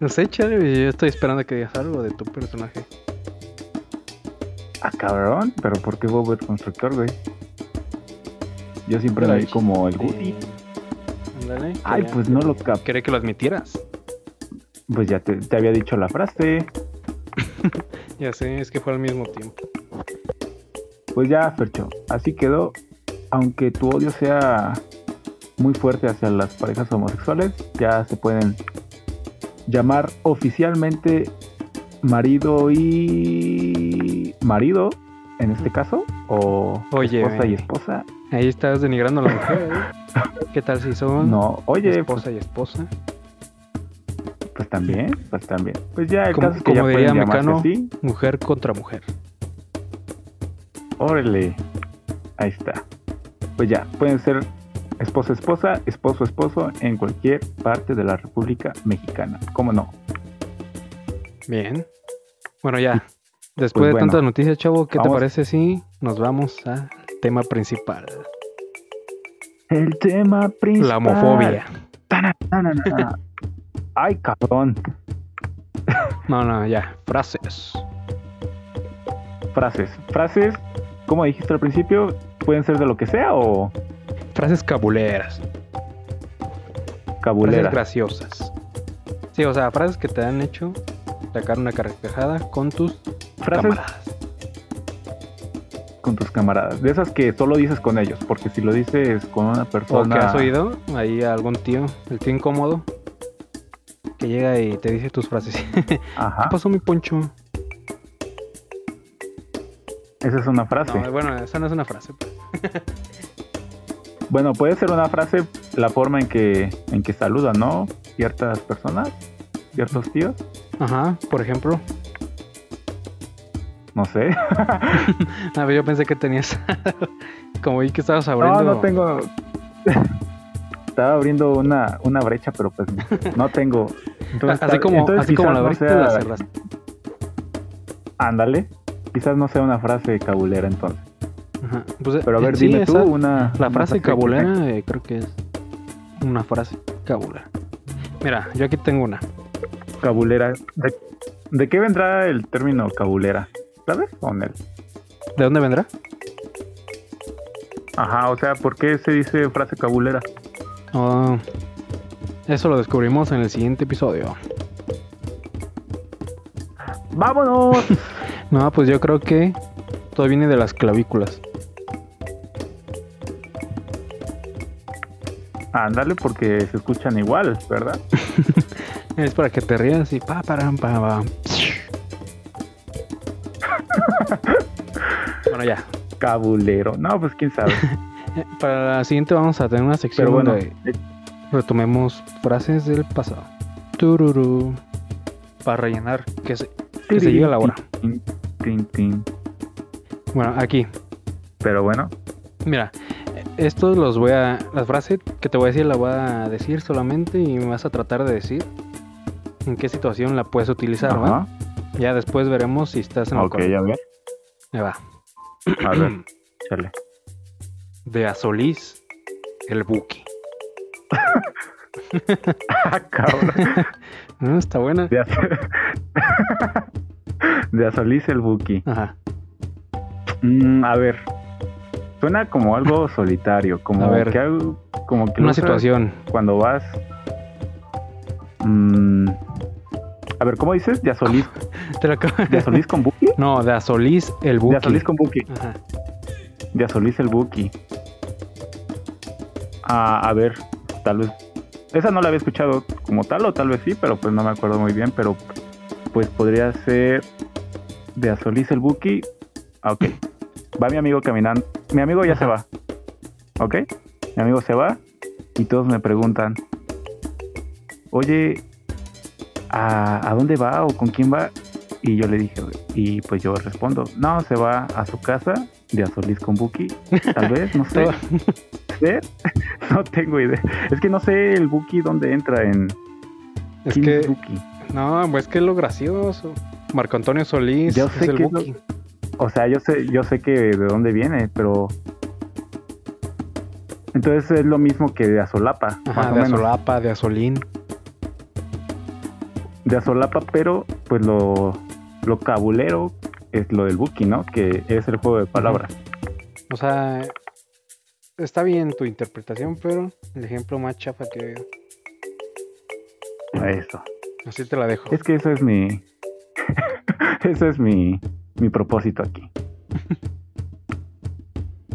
Speaker 2: No sé, Charlie, yo estoy esperando que digas algo de tu personaje.
Speaker 1: Ah, cabrón, pero ¿por qué Bob el constructor, güey? Yo siempre
Speaker 2: Pero
Speaker 1: me vi
Speaker 2: ahí-
Speaker 1: como el
Speaker 2: Sí.
Speaker 1: Woody.
Speaker 2: Ándale,
Speaker 1: Ay,
Speaker 2: quería-
Speaker 1: pues no lo cap.
Speaker 2: Quería que lo admitieras.
Speaker 1: Pues ya te, te había dicho la frase.
Speaker 2: Ya sé, es que fue al mismo tiempo.
Speaker 1: Pues ya, Fercho. Así quedó. Aunque tu odio sea muy fuerte hacia las parejas homosexuales, ya se pueden llamar oficialmente marido y marido, en este caso, o
Speaker 2: Oye,
Speaker 1: esposa y
Speaker 2: ven.
Speaker 1: esposa.
Speaker 2: Ahí estás denigrando a la mujer. ¿eh? ¿Qué tal si son
Speaker 1: No, oye, pues,
Speaker 2: esposa y esposa?
Speaker 1: pues también, pues también. Pues ya el
Speaker 2: Como-
Speaker 1: caso es que ya
Speaker 2: como
Speaker 1: pueden
Speaker 2: diría
Speaker 1: llamarse
Speaker 2: Mecano,
Speaker 1: así.
Speaker 2: Mujer contra mujer.
Speaker 1: Órale. Ahí está. Pues ya, pueden ser esposa, esposa, esposo, esposo en cualquier parte de la República Mexicana. ¿Cómo no?
Speaker 2: Bien. Bueno, ya. Después de
Speaker 1: bueno.
Speaker 2: tantas noticias, chavo, ¿qué te
Speaker 1: Vamos.
Speaker 2: parece si nos vamos al tema principal?
Speaker 1: El tema principal.
Speaker 2: La homofobia.
Speaker 1: Na, na, na. Ay, cabrón.
Speaker 2: No, no, ya. Frases.
Speaker 1: Frases. Frases, como dijiste al principio, pueden ser de lo que sea o
Speaker 2: Frases cabuleras. Frases
Speaker 1: cabuleras.
Speaker 2: graciosas. Sí, o sea, frases que te han hecho sacar una carcajada con tus
Speaker 1: Frases
Speaker 2: camaradas.
Speaker 1: con tus camaradas. De esas que solo dices con ellos, porque si lo dices con una
Speaker 2: O que
Speaker 1: persona.
Speaker 2: has oído ahí a algún tío, el tío incómodo, que llega y te dice tus frases. ¿Qué
Speaker 1: Ajá.
Speaker 2: pasó, mi poncho?
Speaker 1: Esa es una frase.
Speaker 2: No, bueno, esa no es una frase. pues.
Speaker 1: Bueno, puede ser una frase la forma en que en que saludan, ¿no? Ciertas personas, ciertos tíos,
Speaker 2: Ajá, por ejemplo.
Speaker 1: no sé.
Speaker 2: A ver, yo pensé que tenías. Como vi que estabas abriendo.
Speaker 1: No, no tengo. Estaba abriendo una, una brecha, pero pues no tengo. Entonces,
Speaker 2: así
Speaker 1: tal-
Speaker 2: como,
Speaker 1: entonces
Speaker 2: así como
Speaker 1: quizás
Speaker 2: la
Speaker 1: no
Speaker 2: abriste,
Speaker 1: sea-
Speaker 2: la cerraste.
Speaker 1: Ándale. Quizás no sea una frase cabulera entonces.
Speaker 2: Ajá, pues,
Speaker 1: Pero a
Speaker 2: eh,
Speaker 1: ver,
Speaker 2: sí,
Speaker 1: dime tú
Speaker 2: esa-
Speaker 1: una.
Speaker 2: La
Speaker 1: una
Speaker 2: frase
Speaker 1: que te-
Speaker 2: cabulera, eh, creo que es una frase cabulera. Mira, yo aquí tengo una.
Speaker 1: Cabulera. ¿De, de qué vendrá el término cabulera? ¿Sabes? Con él.
Speaker 2: ¿De dónde vendrá?
Speaker 1: Ajá, o sea, ¿por qué se dice frase cabulera?
Speaker 2: Ah, eso lo descubrimos en el siguiente episodio.
Speaker 1: ¡Vámonos!
Speaker 2: No, pues yo creo que todo viene de las clavículas.
Speaker 1: Ándale, porque se escuchan igual, ¿verdad?
Speaker 2: Es para que te rías y pa, param, pa, pam. Bueno, ya.
Speaker 1: Cabulero. No, pues quién sabe.
Speaker 2: Eh, Para la siguiente vamos a tener una sección
Speaker 1: Pero bueno, eh,
Speaker 2: donde retomemos frases del pasado. Tururú. Para rellenar que se, que se llegue la hora.
Speaker 1: Tin, tin, tin.
Speaker 2: Bueno, aquí.
Speaker 1: Pero bueno,
Speaker 2: Mira, eh, estos los voy a. Las frases que te voy a decir la voy a decir solamente y me vas a tratar de decir en qué situación la puedes utilizar, ¿va?
Speaker 1: ajá.
Speaker 2: Ya después veremos si estás en el
Speaker 1: ok, a ver,
Speaker 2: Me va.
Speaker 1: a ver, chale.
Speaker 2: De a Solís, el buki.
Speaker 1: Ah, cabrón.
Speaker 2: Ah, Está buena.
Speaker 1: De, As- de Asolís el Buki.
Speaker 2: Ajá.
Speaker 1: Mm, a ver, suena como algo solitario, como
Speaker 2: A ver.
Speaker 1: que algo, como que lo
Speaker 2: Una
Speaker 1: usas
Speaker 2: situación.
Speaker 1: cuando vas. Mm, a ver, ¿cómo dices? De Asolís,
Speaker 2: Te la acabo-
Speaker 1: de Asolís con Buki.
Speaker 2: No, de a Solís, el
Speaker 1: De
Speaker 2: buki.
Speaker 1: Asolís con Buki.
Speaker 2: Ajá.
Speaker 1: De Asolís el Buki. Ah, a ver, tal vez. Esa no la había escuchado como tal, o tal vez sí, pero pues no me acuerdo muy bien. Pero pues podría ser de Asolís el Buki. Ah, ok. Va mi amigo caminando. Mi amigo ya se va. ¿Ok? Mi amigo se va y todos me preguntan: Oye, ¿a, a dónde va o con quién va? Y yo le dije, y pues yo respondo: No, se va a su casa de Asolís con Buki. Tal vez, no sé.
Speaker 2: Todo-
Speaker 1: ¿Sé? No tengo idea. Es que no sé el Buki dónde entra en.
Speaker 2: Es
Speaker 1: ¿Quién
Speaker 2: que.
Speaker 1: Buki?
Speaker 2: No, pues que es lo gracioso. Marco Antonio Solís
Speaker 1: Yo
Speaker 2: es
Speaker 1: sé
Speaker 2: el
Speaker 1: que es
Speaker 2: Buki.
Speaker 1: O sea, yo sé, yo sé que de dónde viene, pero. Entonces es lo mismo que de Azolapa, más
Speaker 2: Ajá,
Speaker 1: o
Speaker 2: de
Speaker 1: menos.
Speaker 2: Azolapa, de Azolín.
Speaker 1: De Azolapa, pero pues lo, lo cabulero es lo del Buki, ¿no? Que es el juego de palabras.
Speaker 2: O sea, está bien tu interpretación, pero el ejemplo más chafa que
Speaker 1: Eso.
Speaker 2: así te la dejo.
Speaker 1: Es que eso es mi. eso es mi, mi propósito aquí.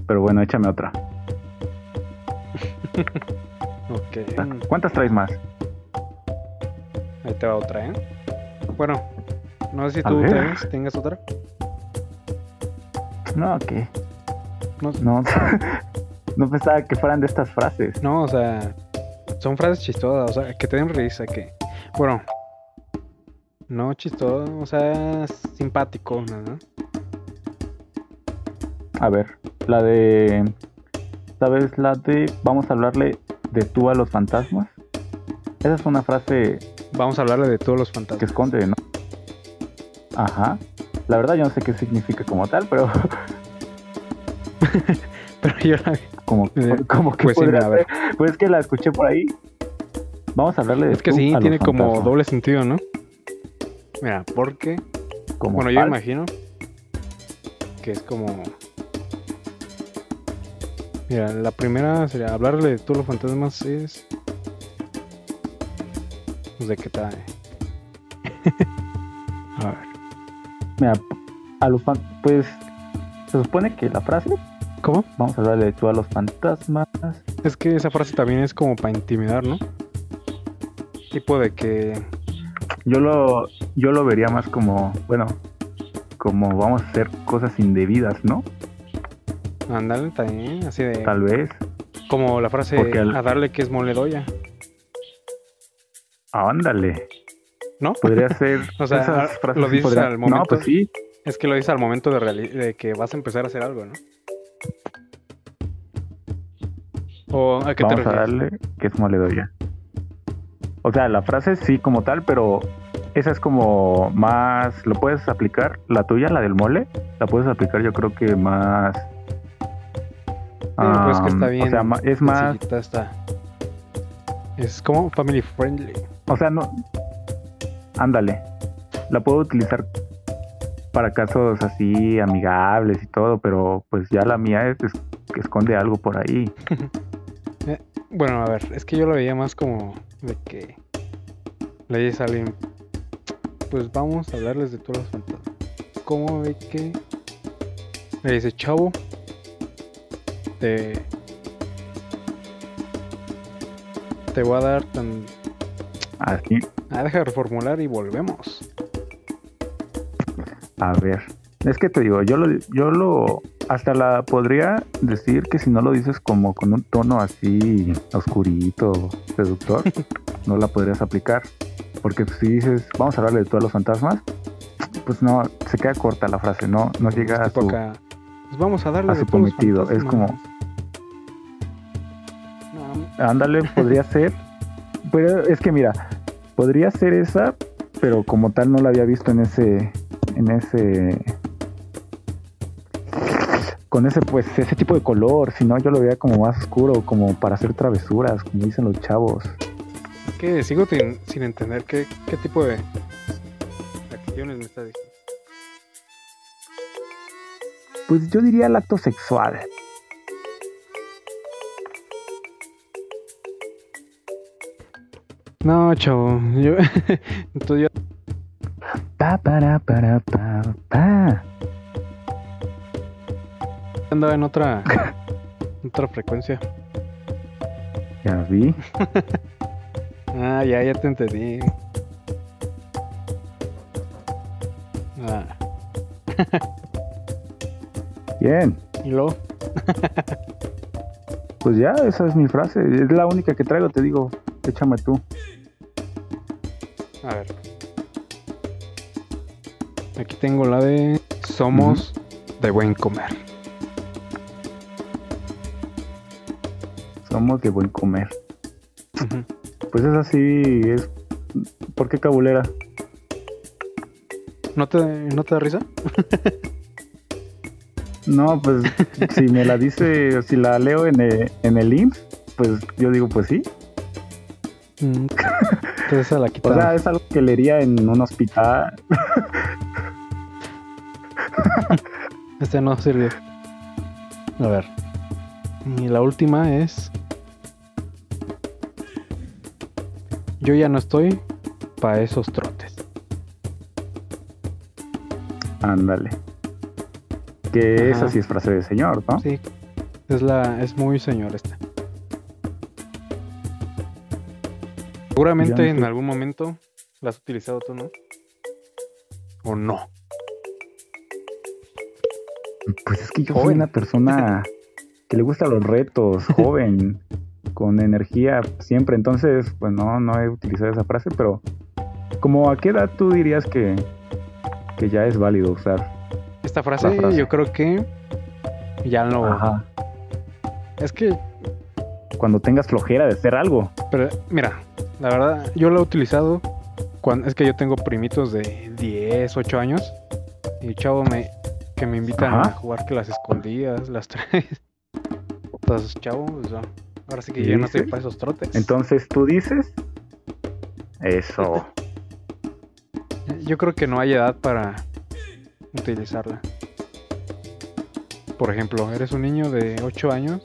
Speaker 1: Pero bueno, échame otra.
Speaker 2: Ok.
Speaker 1: ¿Cuántas traes más?
Speaker 2: Ahí te va otra, ¿eh? Bueno, no sé si
Speaker 1: A
Speaker 2: tú
Speaker 1: ver.
Speaker 2: tengas, tengas otra.
Speaker 1: No, ¿qué?
Speaker 2: No,
Speaker 1: No, no pensaba que fueran de estas frases.
Speaker 2: no, o sea, son frases chistosas, o sea, que te den risa, que. Bueno, no chistoso, o sea, simpático, ¿no?
Speaker 1: A ver, la de Esta vez la de vamos a hablarle de tú a los fantasmas. Esa es una frase
Speaker 2: Vamos a hablarle de todos los
Speaker 1: que
Speaker 2: fantasmas.
Speaker 1: esconde, ¿no? Ajá. La verdad yo no sé qué significa como tal, pero
Speaker 2: Pero yo la
Speaker 1: como,
Speaker 2: Eh,
Speaker 1: como que
Speaker 2: pues sí,
Speaker 1: podría
Speaker 2: a ver.
Speaker 1: ser. Pues es que la escuché por ahí. Vamos a hablarle de
Speaker 2: Es que
Speaker 1: tú
Speaker 2: sí,
Speaker 1: a los
Speaker 2: tiene como
Speaker 1: fantasmas,
Speaker 2: doble sentido, ¿no? Mira, porque.
Speaker 1: como
Speaker 2: bueno, yo
Speaker 1: tal.
Speaker 2: imagino que es como. Mira, la primera sería hablarle de todos los fantasmas es. Pues de qué tal. eh. A ver.
Speaker 1: Mira, a los fan- pues se supone que la frase
Speaker 2: ¿Cómo?
Speaker 1: vamos a hablarle de tú a los fantasmas.
Speaker 2: Es que esa frase también es como para intimidar, ¿no? Tipo de que.
Speaker 1: Yo lo yo lo vería más como, bueno, como vamos a hacer cosas indebidas, ¿no?
Speaker 2: Ándale, también. Así de.
Speaker 1: Tal vez.
Speaker 2: Como la frase
Speaker 1: Porque al-
Speaker 2: a darle que es moledoya.
Speaker 1: Ándale.
Speaker 2: ¿no?
Speaker 1: Podría ser
Speaker 2: O sea,
Speaker 1: esas frases
Speaker 2: lo
Speaker 1: sí
Speaker 2: dices
Speaker 1: podrían-
Speaker 2: al
Speaker 1: No,
Speaker 2: momento.
Speaker 1: pues sí.
Speaker 2: Es que lo dices al momento de, reali- de que vas a empezar a hacer algo, ¿no? ¿O a qué te
Speaker 1: Vamos a
Speaker 2: refieres?
Speaker 1: darle que es como le doy ya. O sea, la frase sí como tal, pero esa es como más lo puedes aplicar la tuya, la del mole, la puedes aplicar yo creo que más
Speaker 2: No, pues que está
Speaker 1: am,
Speaker 2: bien.
Speaker 1: O sea, ma- es más,
Speaker 2: sencillita esta. Es como family friendly.
Speaker 1: o sea, no ándale. La puedo utilizar para casos así amigables y todo, pero pues ya la mía es, es- que esconde algo por ahí.
Speaker 2: Bueno, a ver, es que yo lo veía más como de que le dices a alguien, pues vamos a hablarles de todos los fantasmas. ¿Cómo de que le dice, chavo, te, te voy a dar tan...
Speaker 1: Así,
Speaker 2: Ah, deja de reformular y volvemos.
Speaker 1: A ver, es que te digo, yo lo, yo lo, hasta la podría decir que si no lo dices como con un tono así oscurito, seductor, no la podrías aplicar. Porque si dices, vamos a hablarle de todos los fantasmas, pues no, se queda corta la frase, no, no llega a
Speaker 2: Tipo
Speaker 1: su...
Speaker 2: acá, Este pues vamos a darle
Speaker 1: a
Speaker 2: de
Speaker 1: su
Speaker 2: todos los
Speaker 1: cometido, es como-
Speaker 2: fantasmas. No,
Speaker 1: Ándale, podría ser, pero es que mira, podría ser esa, pero como tal no la había visto en ese, en ese, con ese pues ese tipo de color, si no yo lo veía como más oscuro, como para hacer travesuras, como dicen los chavos.
Speaker 2: Es que sigo tin- sin entender qué, qué tipo de acciones me está diciendo.
Speaker 1: Pues yo diría el acto sexual.
Speaker 2: No, chavo. Yo, entonces yo-
Speaker 1: Pa, para, para, pa, pa.
Speaker 2: yo andaba en otra, en otra frecuencia.
Speaker 1: Ya vi.
Speaker 2: Ah, ya, ya te entendí. Ah,
Speaker 1: Bien.
Speaker 2: y luego,
Speaker 1: Pues ya, esa es mi frase. Es la única que traigo, te digo. Échame tú.
Speaker 2: a ver. Aquí tengo la de Somos de buen comer.
Speaker 1: Somos de buen comer.
Speaker 2: Ujú.
Speaker 1: Pues es así, es... ¿Por qué cabulera?
Speaker 2: ¿No te, ¿No te da risa?
Speaker 1: No, pues si me la dice, si la leo en el, en el IMSS, pues yo digo, pues sí.
Speaker 2: Mm. Entonces esa la
Speaker 1: O
Speaker 2: quitamos.
Speaker 1: sea, es algo que leería en un hospital.
Speaker 2: Este no sirvió. A ver. Y la última es. Yo ya no estoy para esos trotes.
Speaker 1: Ándale. Que
Speaker 2: Ajá.
Speaker 1: esa sí es frase de señor, ¿no?
Speaker 2: Sí. Es la. es muy señor esta.
Speaker 1: Ya no
Speaker 2: Seguramente en
Speaker 1: sé.
Speaker 2: algún momento la has utilizado tú, ¿no? O no.
Speaker 1: Pues es que yo soy
Speaker 2: Joven.
Speaker 1: una persona que le gusta los retos, joven, con energía siempre. Entonces, pues no, no he utilizado esa frase, pero como a qué edad tú dirías que, que ya es válido usar?
Speaker 2: Esta frase,
Speaker 1: frase.
Speaker 2: yo creo que ya no.
Speaker 1: Ajá.
Speaker 2: Es que,
Speaker 1: Cuando tengas flojera de hacer algo.
Speaker 2: pero, mira, la verdad, yo lo he utilizado. Cuando, es que yo tengo primitos de 10, 8 años. Y chavo, me, que me invitan
Speaker 1: Ajá.
Speaker 2: a jugar que las escondidas, las tres. Entonces, chavo, pues, no. ahora sí que yo no estoy
Speaker 1: ¿Dices?
Speaker 2: para esos trotes.
Speaker 1: Entonces tú dices. Eso.
Speaker 2: Yo creo que no hay edad para utilizarla. Por ejemplo, eres un niño de 8 años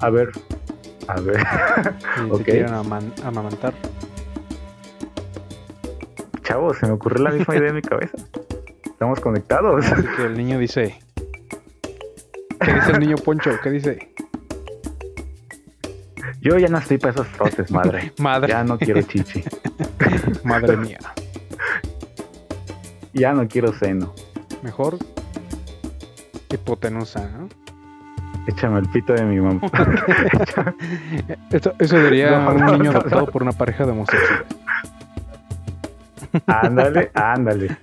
Speaker 1: A ver. A ver.
Speaker 2: y
Speaker 1: Ok.
Speaker 2: te quieren aman- amamantar.
Speaker 1: Chavo, se me ocurrió la misma idea en mi cabeza. Estamos conectados.
Speaker 2: Así que el niño dice. ¿Qué dice el niño Poncho? ¿Qué dice?
Speaker 1: Yo ya no estoy para esos trotes, madre.
Speaker 2: Madre,
Speaker 1: Ya no quiero chichi.
Speaker 2: madre mía.
Speaker 1: Ya no quiero seno.
Speaker 2: Mejor hipotenusa, ¿no?
Speaker 1: Échame el pito de mi mamá.
Speaker 2: Eso, eso diría
Speaker 1: No,
Speaker 2: un
Speaker 1: no,
Speaker 2: niño
Speaker 1: no,
Speaker 2: adoptado por una pareja de homosexuales.
Speaker 1: ándale, ándale.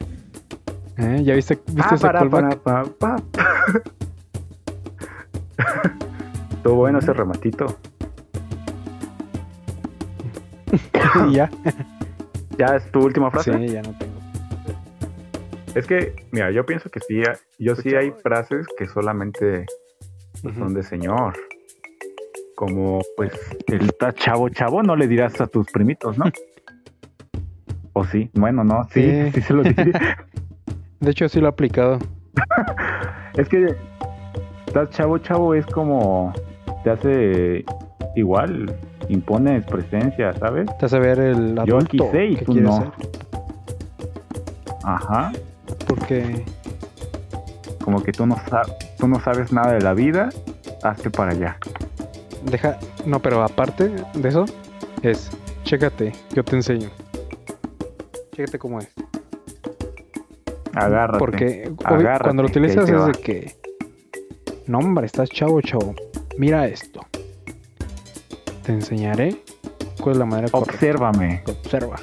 Speaker 2: ¿Eh? ¿Ya viste, viste
Speaker 1: Ah,
Speaker 2: ese
Speaker 1: para,
Speaker 2: callback?
Speaker 1: para, pa, pa. Estuvo bueno ese rematito.
Speaker 2: Y ya.
Speaker 1: Ya es tu última frase.
Speaker 2: Sí, ya no tengo.
Speaker 1: Es que, mira, yo pienso que sí, ha- yo sí hay frases que solamente son de señor. Como, pues, el ta- chavo chavo no le dirás a tus primitos, ¿no? o sí, bueno, no, sí,
Speaker 2: Sí.
Speaker 1: sí, se lo dije.
Speaker 2: De hecho, sí lo he aplicado.
Speaker 1: es que, estás chavo chavo es como, te hace igual, impones presencia, ¿sabes?
Speaker 2: Te hace ver el adulto
Speaker 1: Yo aquí sé y
Speaker 2: que
Speaker 1: tú
Speaker 2: quieres
Speaker 1: no.
Speaker 2: ser.
Speaker 1: Ajá,
Speaker 2: Porque
Speaker 1: como que tú no, sa- tú no sabes nada de la vida, hazte para allá.
Speaker 2: deja, no, pero aparte de eso, es, chécate, yo te enseño. Chécate cómo es.
Speaker 1: Agárrate.
Speaker 2: Porque obvio,
Speaker 1: agárrate,
Speaker 2: cuando lo
Speaker 1: que ahí
Speaker 2: utilizas
Speaker 1: te
Speaker 2: es
Speaker 1: va.
Speaker 2: de que, no hombre, estás chavo, chavo. Mira esto. Te enseñaré cuál es la manera correcta.
Speaker 1: Obsérvame.
Speaker 2: Observa.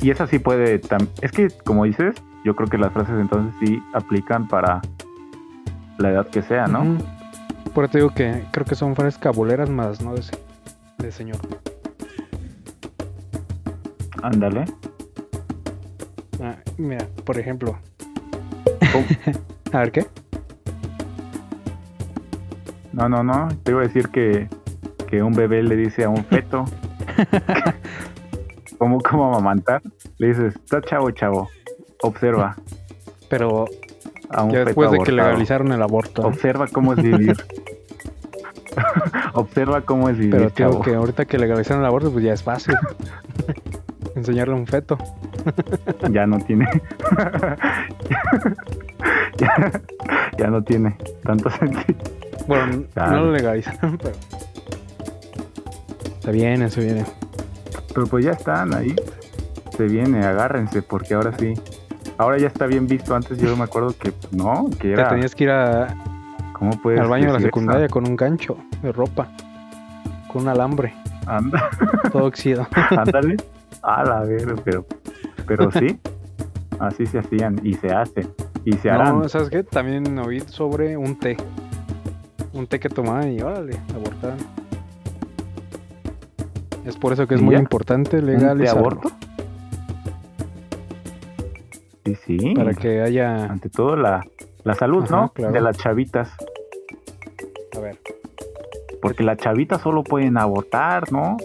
Speaker 1: Y esa sí puede. tam- Es que, como dices, yo creo que las frases entonces sí aplican para la edad que sea, ¿no?
Speaker 2: Ujú. Por eso te digo que creo que son frases cabuleras más, ¿no? De, se- de señor.
Speaker 1: Ándale.
Speaker 2: Ah, mira, por ejemplo.
Speaker 1: ¿Cómo?
Speaker 2: A ver qué.
Speaker 1: No, no, no. Te iba a decir que, que un bebé le dice a un feto. ¿Cómo, ¿Cómo amamantar? Le dices, está chavo, chavo. Observa
Speaker 2: Pero
Speaker 1: a un
Speaker 2: ya
Speaker 1: feto.
Speaker 2: después de que
Speaker 1: abortado.
Speaker 2: legalizaron el aborto. ¿no?
Speaker 1: Observa cómo es vivir. Observa cómo es vivir,
Speaker 2: Pero creo
Speaker 1: chavo.
Speaker 2: que ahorita que legalizaron el aborto, pues ya es fácil. Enseñarle a un feto.
Speaker 1: ya no tiene. ya, ya no tiene tanto sentido.
Speaker 2: Bueno, n-
Speaker 1: Dale.
Speaker 2: no lo legalizaron, pero. Se viene, se viene.
Speaker 1: Pero pues ya están ahí. Se viene, agárrense, porque ahora sí. Ahora ya está bien visto. Antes yo me acuerdo que pues, no, que
Speaker 2: Ya
Speaker 1: era.
Speaker 2: tenías que ir a-
Speaker 1: ¿Cómo puedes
Speaker 2: al baño de la
Speaker 1: decir eso?
Speaker 2: secundaria con un gancho de ropa. Con un alambre,
Speaker 1: Anda-
Speaker 2: todo oxidado.
Speaker 1: ándale. A la ver, pero, pero sí. Así se hacían y se hacen y se harán.
Speaker 2: No, ¿sabes qué? También oí sobre un té. Un té que tomaban y órale, abortaban. Es por eso que es
Speaker 1: ¿Y
Speaker 2: muy
Speaker 1: ya?
Speaker 2: importante
Speaker 1: ¿Un té
Speaker 2: legalizarlo.
Speaker 1: aborto? Sí, sí.
Speaker 2: Para que haya...
Speaker 1: Ante todo la, la salud,
Speaker 2: Ajá,
Speaker 1: ¿no?
Speaker 2: claro.
Speaker 1: De las chavitas.
Speaker 2: A ver,
Speaker 1: Porque las chavitas solo pueden abortar, ¿no?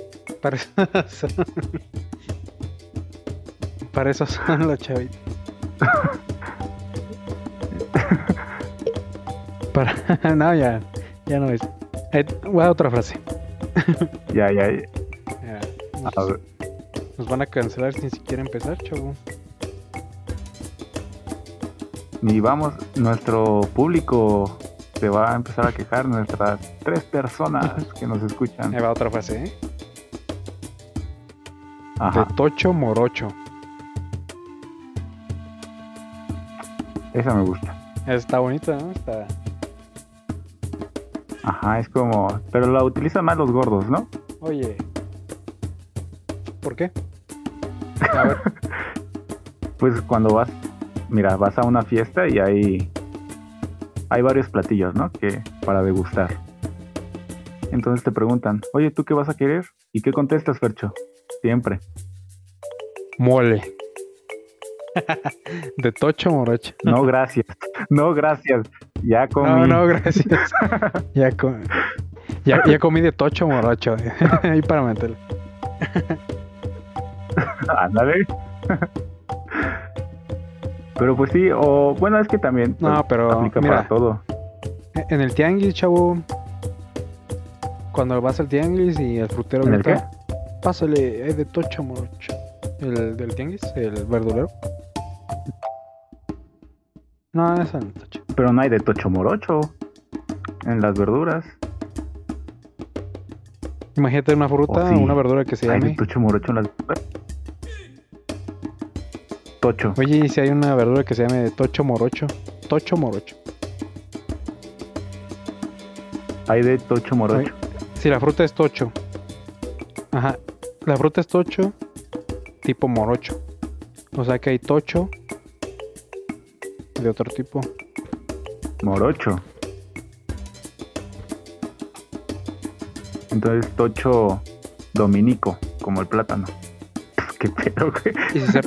Speaker 2: para eso son... Para eso son las chavitas. Para... No, ya. Ya no es. Eh, voy a otra frase.
Speaker 1: Ya, ya, ya.
Speaker 2: Mira,
Speaker 1: A ver,
Speaker 2: Nos van a cancelar sin siquiera empezar, chavo.
Speaker 1: Ni vamos, nuestro público se va a empezar a quejar, nuestras tres personas que nos escuchan.
Speaker 2: Ahí va otra frase, ¿eh?
Speaker 1: Ajá.
Speaker 2: De Tocho Morocho.
Speaker 1: Esa me gusta.
Speaker 2: Está bonita, ¿no? Está...
Speaker 1: Ajá, es como... Pero la utilizan más los gordos, ¿no?
Speaker 2: Oye. ¿Por qué? A ver,
Speaker 1: Pues cuando vas, mira, vas a una fiesta y hay hay varios platillos, ¿no? Que para degustar. Entonces te preguntan, oye, ¿tú qué vas a querer? ¿Y qué contestas, Fercho? Siempre.
Speaker 2: Mole. ¿De tocho morocho?
Speaker 1: No, gracias. No, gracias. Ya comí.
Speaker 2: No, no, gracias. Ya, com- ya, ya comí de tocho morocho. Ahí para meterlo.
Speaker 1: Ándale. Pero pues sí, o bueno, es que también pues,
Speaker 2: No, pero
Speaker 1: aplica
Speaker 2: mira,
Speaker 1: para todo.
Speaker 2: en el tianguis, chavo, cuando vas al tianguis y el frutero
Speaker 1: ¿En el
Speaker 2: grita, pásale, es de tocho morocho. El del tianguis, el verdulero. No, esa no es tocho.
Speaker 1: Pero no hay de tocho morocho en las verduras.
Speaker 2: Imagínate una fruta,
Speaker 1: Oh, sí.
Speaker 2: una verdura que se
Speaker 1: hay de
Speaker 2: llame.
Speaker 1: tocho morocho en las verduras. Tocho.
Speaker 2: Oye, ¿y si hay una verdura que se llame tocho morocho? Tocho morocho.
Speaker 1: Hay de tocho morocho.
Speaker 2: Si la fruta es tocho. Ajá. La fruta es tocho, tipo morocho. O sea que hay tocho de otro tipo.
Speaker 1: Morocho. Entonces tocho dominico, como el plátano. Qué pedo, güey.
Speaker 2: Y si se...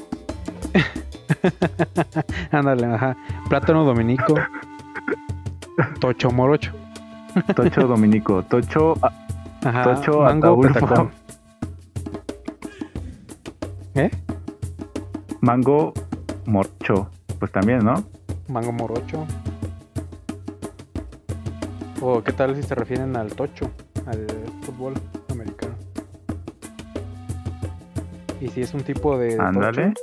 Speaker 2: Ándale, ajá. Plátano dominico. Tocho morocho.
Speaker 1: Tocho dominico. Tocho ah,
Speaker 2: Ajá.
Speaker 1: Tocho
Speaker 2: mango
Speaker 1: Ataulfo.
Speaker 2: petacón. ¿Eh?
Speaker 1: mango morocho. Pues también, ¿no?
Speaker 2: Mango morocho. O qué tal si se refieren al tocho, al fútbol americano. Y si es un tipo de tocho,
Speaker 1: Ándale.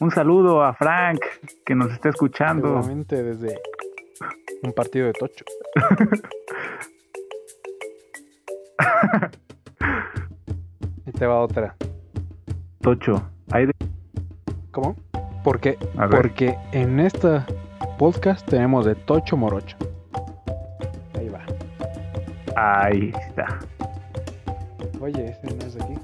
Speaker 1: Un saludo a Frank, que nos está escuchando.
Speaker 2: seguramente desde un partido de tocho. y te va otra.
Speaker 1: Tocho. Hay de...
Speaker 2: ¿Cómo? Porque
Speaker 1: A ver.
Speaker 2: porque en esta podcast tenemos de tocho morocho. Ahí va.
Speaker 1: Ahí está.
Speaker 2: Oye, ese no es de aquí.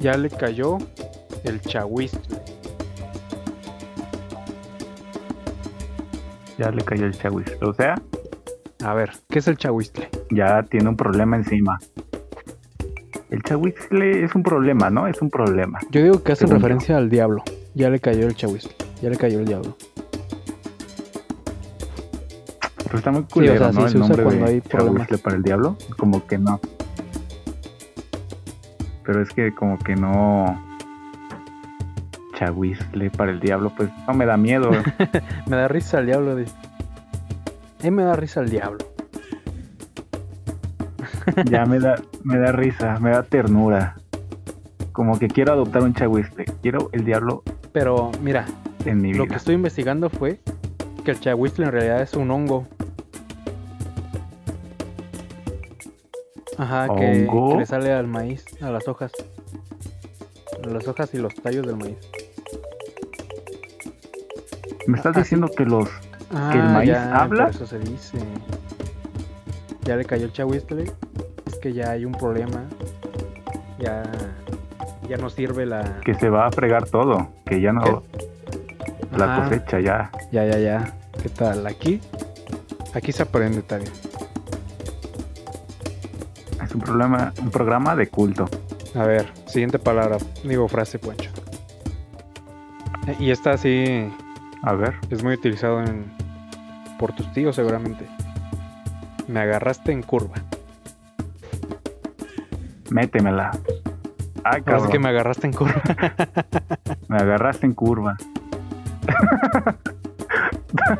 Speaker 2: Ya le cayó el chahuistle.
Speaker 1: Ya le cayó el chagüis. O sea,
Speaker 2: A ver, ¿qué es el chahuistle?
Speaker 1: ya tiene un problema encima. El chagüisle es un problema, ¿no? Es un problema.
Speaker 2: Yo digo que hace
Speaker 1: Según yo.
Speaker 2: referencia al diablo. Ya le cayó el chahuistle. Ya le cayó el diablo.
Speaker 1: Pero está muy culero,
Speaker 2: sea,
Speaker 1: ¿no?
Speaker 2: sí se
Speaker 1: el
Speaker 2: usa
Speaker 1: nombre
Speaker 2: cuando
Speaker 1: de
Speaker 2: hay problemas.
Speaker 1: Chahuistle para el diablo. Como que no. Pero es que como que no... Chahuisle para el diablo, pues no me da miedo.
Speaker 2: Me da risa el diablo. dice. Eh, me da risa el diablo.
Speaker 1: ya me da, me da risa, me da ternura. Como que quiero adoptar un chahuiste. Quiero el diablo
Speaker 2: Pero mira,
Speaker 1: en mi
Speaker 2: lo que
Speaker 1: vida.
Speaker 2: estoy investigando fue que el chahuistle en realidad es un hongo. Ajá, que,
Speaker 1: ¿Hongo?
Speaker 2: que le sale al maíz, a las hojas. A las hojas y los tallos del maíz.
Speaker 1: Me estás
Speaker 2: Ah,
Speaker 1: diciendo que los.
Speaker 2: Ah,
Speaker 1: el maíz habla?
Speaker 2: Por eso se dice. Ya le cayó el chahuistle. Es que ya hay un problema. Ya, ya no sirve la.
Speaker 1: que se va a fregar todo. Que ya no. La
Speaker 2: Ajá.
Speaker 1: cosecha ya.
Speaker 2: Ya, ya, ya. ¿Qué tal? Aquí. Aquí se aprende también.
Speaker 1: Es un programa, un programa de culto.
Speaker 2: A ver, siguiente palabra, digo frase, Poncho. Eh, Y esta sí
Speaker 1: A ver.
Speaker 2: es muy utilizado en, por tus tíos seguramente. Me agarraste en curva.
Speaker 1: Métemela. Ah,
Speaker 2: Ahora
Speaker 1: cabrón.
Speaker 2: sí que me agarraste en curva.
Speaker 1: Me agarraste en curva.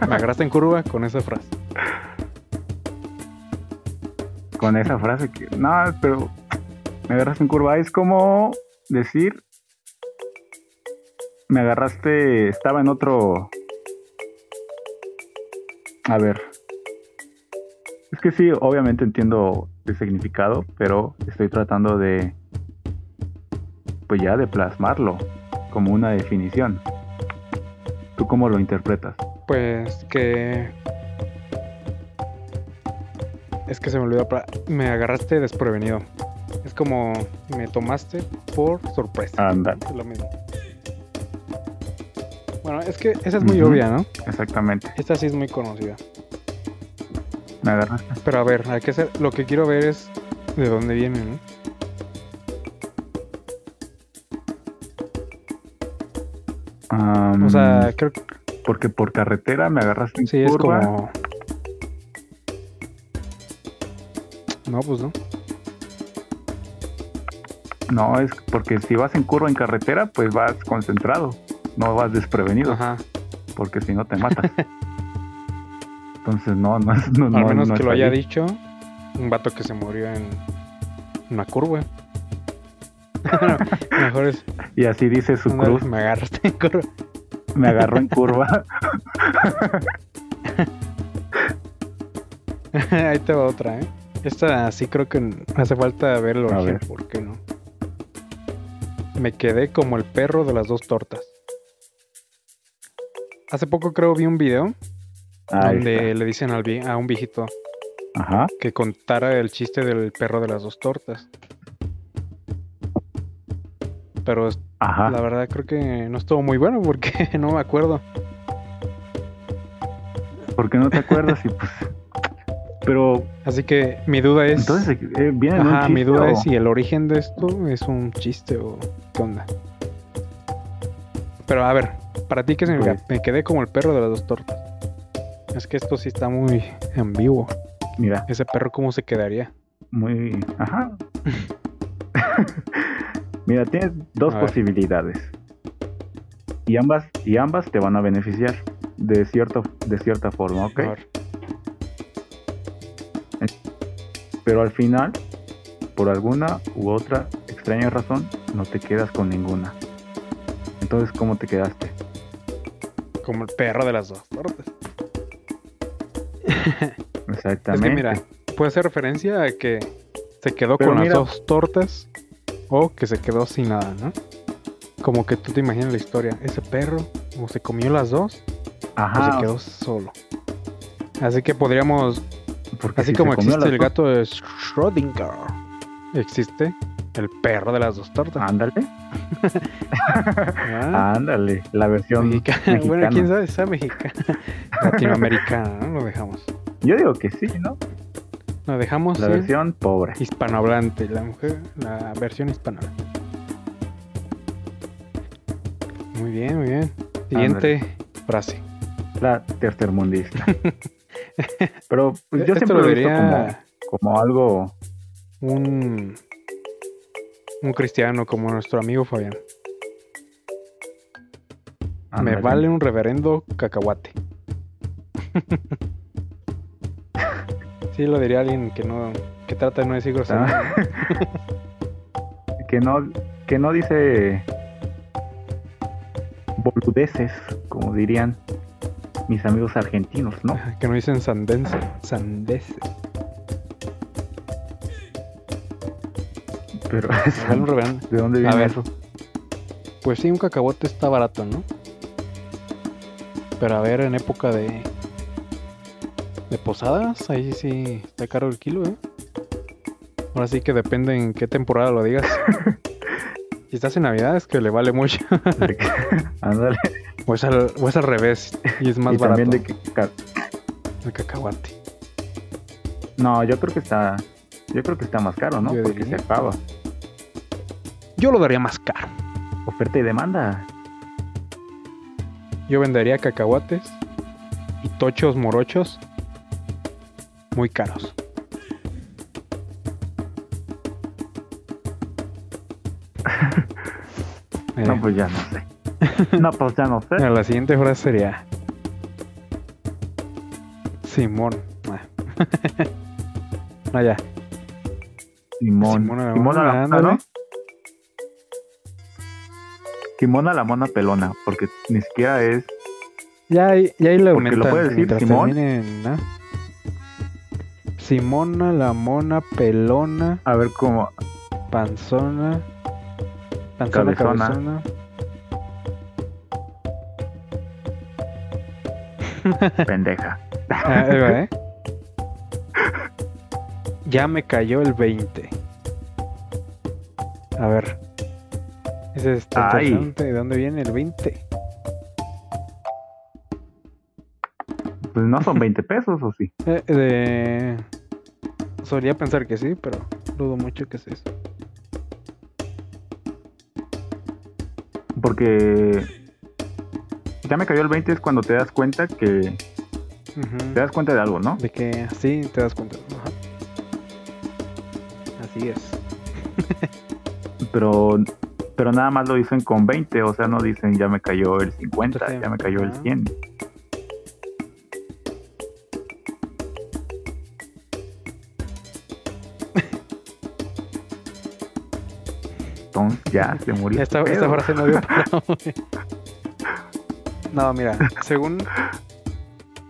Speaker 2: me agarraste en curva con esa frase.
Speaker 1: Con esa frase que. No, pero. Me agarraste en curva. Es como decir. Me agarraste. Estaba en otro. A ver. Es que sí, obviamente entiendo el significado, pero estoy tratando de. Pues ya de plasmarlo como una definición. ¿Tú cómo lo interpretas?
Speaker 2: Pues que... Es que se me olvidó. pra- Me agarraste desprevenido. Es como me tomaste por sorpresa.
Speaker 1: Ándale.
Speaker 2: Es lo mismo. Bueno, es que esa es muy
Speaker 1: Ujú.
Speaker 2: obvia, ¿no?
Speaker 1: Exactamente.
Speaker 2: Esta sí es muy conocida.
Speaker 1: Me agarras.
Speaker 2: Pero a ver, hay que hacer, lo que quiero ver es de dónde viene, ¿no?
Speaker 1: Am,
Speaker 2: O sea, creo que
Speaker 1: porque por carretera me agarras en
Speaker 2: sí es
Speaker 1: Mm. curva.
Speaker 2: como... No, pues no.
Speaker 1: No, es porque si vas en curva en carretera, pues vas concentrado, no vas desprevenido,
Speaker 2: Ajá.
Speaker 1: porque si no te matas. Entonces, no, no es. No,
Speaker 2: Al
Speaker 1: no-
Speaker 2: menos
Speaker 1: no
Speaker 2: que
Speaker 1: es
Speaker 2: lo haya
Speaker 1: ahí.
Speaker 2: dicho un vato que se murió en una curva. Mejor es
Speaker 1: Y así dice su
Speaker 2: ándale,
Speaker 1: cruz:
Speaker 2: me agarraste en curva.
Speaker 1: me agarró en curva.
Speaker 2: Ahí te va otra, ¿eh? Esta sí creo que n- hace falta ver el
Speaker 1: A
Speaker 2: origen,
Speaker 1: ver.
Speaker 2: ¿por qué no? Me quedé como el perro de las dos tortas. Hace poco creo vi un video
Speaker 1: Ah, Ahí
Speaker 2: donde le dicen al vi- a un viejito
Speaker 1: está. Ajá.
Speaker 2: que contara el chiste del perro de las dos tortas. Pero es-
Speaker 1: Ajá.
Speaker 2: la verdad creo que no estuvo muy bueno porque no me acuerdo.
Speaker 1: Porque no te acuerdas y pues. Pero
Speaker 2: Así que mi duda es...
Speaker 1: entonces eh, viene de un
Speaker 2: Ajá, mi
Speaker 1: chiste
Speaker 2: duda
Speaker 1: o-
Speaker 2: es si el origen de esto es un chiste o qué onda. Pero a ver, para ti qué significa?
Speaker 1: Pues-
Speaker 2: Me quedé como el perro de las dos tortas. Es que esto sí está muy ambiguo.
Speaker 1: Mira,
Speaker 2: Ese perro cómo se quedaría.
Speaker 1: muy. Ajá. Mira, tienes dos
Speaker 2: A ver.
Speaker 1: posibilidades. Y ambas, y ambas te van a beneficiar de cierto, de cierta forma, ¿ok?
Speaker 2: A ver,
Speaker 1: Pero al final, por alguna u otra extraña razón, no te quedas con ninguna. Entonces, ¿cómo te quedaste?
Speaker 2: como el perro de las dos tortas. Es
Speaker 1: Exactamente.
Speaker 2: que mira, pues puede hacer referencia a que se quedó
Speaker 1: Pero
Speaker 2: con
Speaker 1: mira-
Speaker 2: las dos tortas o que se quedó sin nada, ¿no? Como que tú te imaginas la historia. Ese perro o se comió las dos o
Speaker 1: Ajá,
Speaker 2: se quedó solo. Así que podríamos
Speaker 1: porque
Speaker 2: Así
Speaker 1: si se
Speaker 2: como
Speaker 1: comió
Speaker 2: existe
Speaker 1: las
Speaker 2: el
Speaker 1: dos-
Speaker 2: gato de Schrödinger, existe el perro de las dos tortas.
Speaker 1: Ándale,
Speaker 2: Ah,
Speaker 1: ándale. La versión
Speaker 2: mexica-
Speaker 1: mexicana.
Speaker 2: Bueno, quién sabe, esa mexicana. Latinoamericana, ¿no? Lo dejamos.
Speaker 1: Yo digo que sí, ¿no?
Speaker 2: Lo dejamos
Speaker 1: La
Speaker 2: en
Speaker 1: versión pobre.
Speaker 2: hispanohablante, la mujer, la versión hispanohablante. Muy bien, muy bien. Siguiente frase.
Speaker 1: la tercermundista. Pero pues, yo
Speaker 2: Esto
Speaker 1: siempre
Speaker 2: lo
Speaker 1: lo he visto como,
Speaker 2: diría
Speaker 1: como algo.
Speaker 2: un, un cristiano como nuestro amigo Fabián. Me
Speaker 1: ándale,
Speaker 2: vale un reverendo cacahuate. sí, lo diría alguien que no que trata de no decir grosería.
Speaker 1: ¿ah? que no que no dice boludeces, como dirían mis amigos argentinos, ¿no?
Speaker 2: Que no dicen sandense. Sandese.
Speaker 1: Pero
Speaker 2: Me vale un reverendo.
Speaker 1: ¿de dónde viene
Speaker 2: ver.
Speaker 1: eso?
Speaker 2: Pues sí, un cacahuate está barato, ¿no? Pero a ver, en época de. de posadas, ahí sí está caro el kilo, ¿eh? Ahora sí que depende en qué temporada lo digas. si estás en Navidad, es que le vale mucho.
Speaker 1: De que- ándale,
Speaker 2: O es al, o es al revés y es más
Speaker 1: y
Speaker 2: barato
Speaker 1: también de que ca-
Speaker 2: el cacahuate.
Speaker 1: no, yo creo que está yo creo que está más caro, ¿no?
Speaker 2: Yo
Speaker 1: Porque se
Speaker 2: diría.
Speaker 1: acaba.
Speaker 2: Yo lo daría más caro.
Speaker 1: Oferta y demanda.
Speaker 2: Yo vendería cacahuates y tochos morochos muy caros. Eh,
Speaker 1: No, pues ya no sé. No, pues ya no sé.
Speaker 2: mira, la siguiente frase sería Simón. Ah. no, ya.
Speaker 1: Simón.
Speaker 2: Simón a la
Speaker 1: Simón a
Speaker 2: mona,
Speaker 1: la mona,
Speaker 2: ándale.
Speaker 1: ¿no? Simón a la mona pelona, porque ni siquiera es.
Speaker 2: Ya ahí, ya ahí le
Speaker 1: Porque lo
Speaker 2: aumentan.
Speaker 1: puede decir
Speaker 2: mientras
Speaker 1: Simón.
Speaker 2: termine en A. Simona, la mona, pelona,
Speaker 1: A ver cómo.
Speaker 2: panzona, panzona,
Speaker 1: Cabezona.
Speaker 2: cabezona.
Speaker 1: Pendeja.
Speaker 2: Ah, ahí va, ¿eh? ya me cayó el 20. A ver. este Ese es tan
Speaker 1: Ay.
Speaker 2: interesante. ¿De dónde viene el 20?
Speaker 1: Pues no son 20 pesos, ¿o sí?
Speaker 2: Eh, eh, solía pensar que sí, pero dudo mucho que sea eso.
Speaker 1: Porque ya me cayó el 20 es cuando te das cuenta que...
Speaker 2: Ujú.
Speaker 1: Te das cuenta de algo, ¿no?
Speaker 2: De que así te das cuenta. Ajá. Así es.
Speaker 1: Pero, pero nada más lo dicen con 20, o sea, no dicen ya me cayó el 50,
Speaker 2: Entonces,
Speaker 1: ya me cayó el
Speaker 2: ajá.
Speaker 1: 100. Entonces ya se murió.
Speaker 2: Esta,
Speaker 1: este
Speaker 2: esta
Speaker 1: pedo.
Speaker 2: frase no dio para hoy. No, mira, según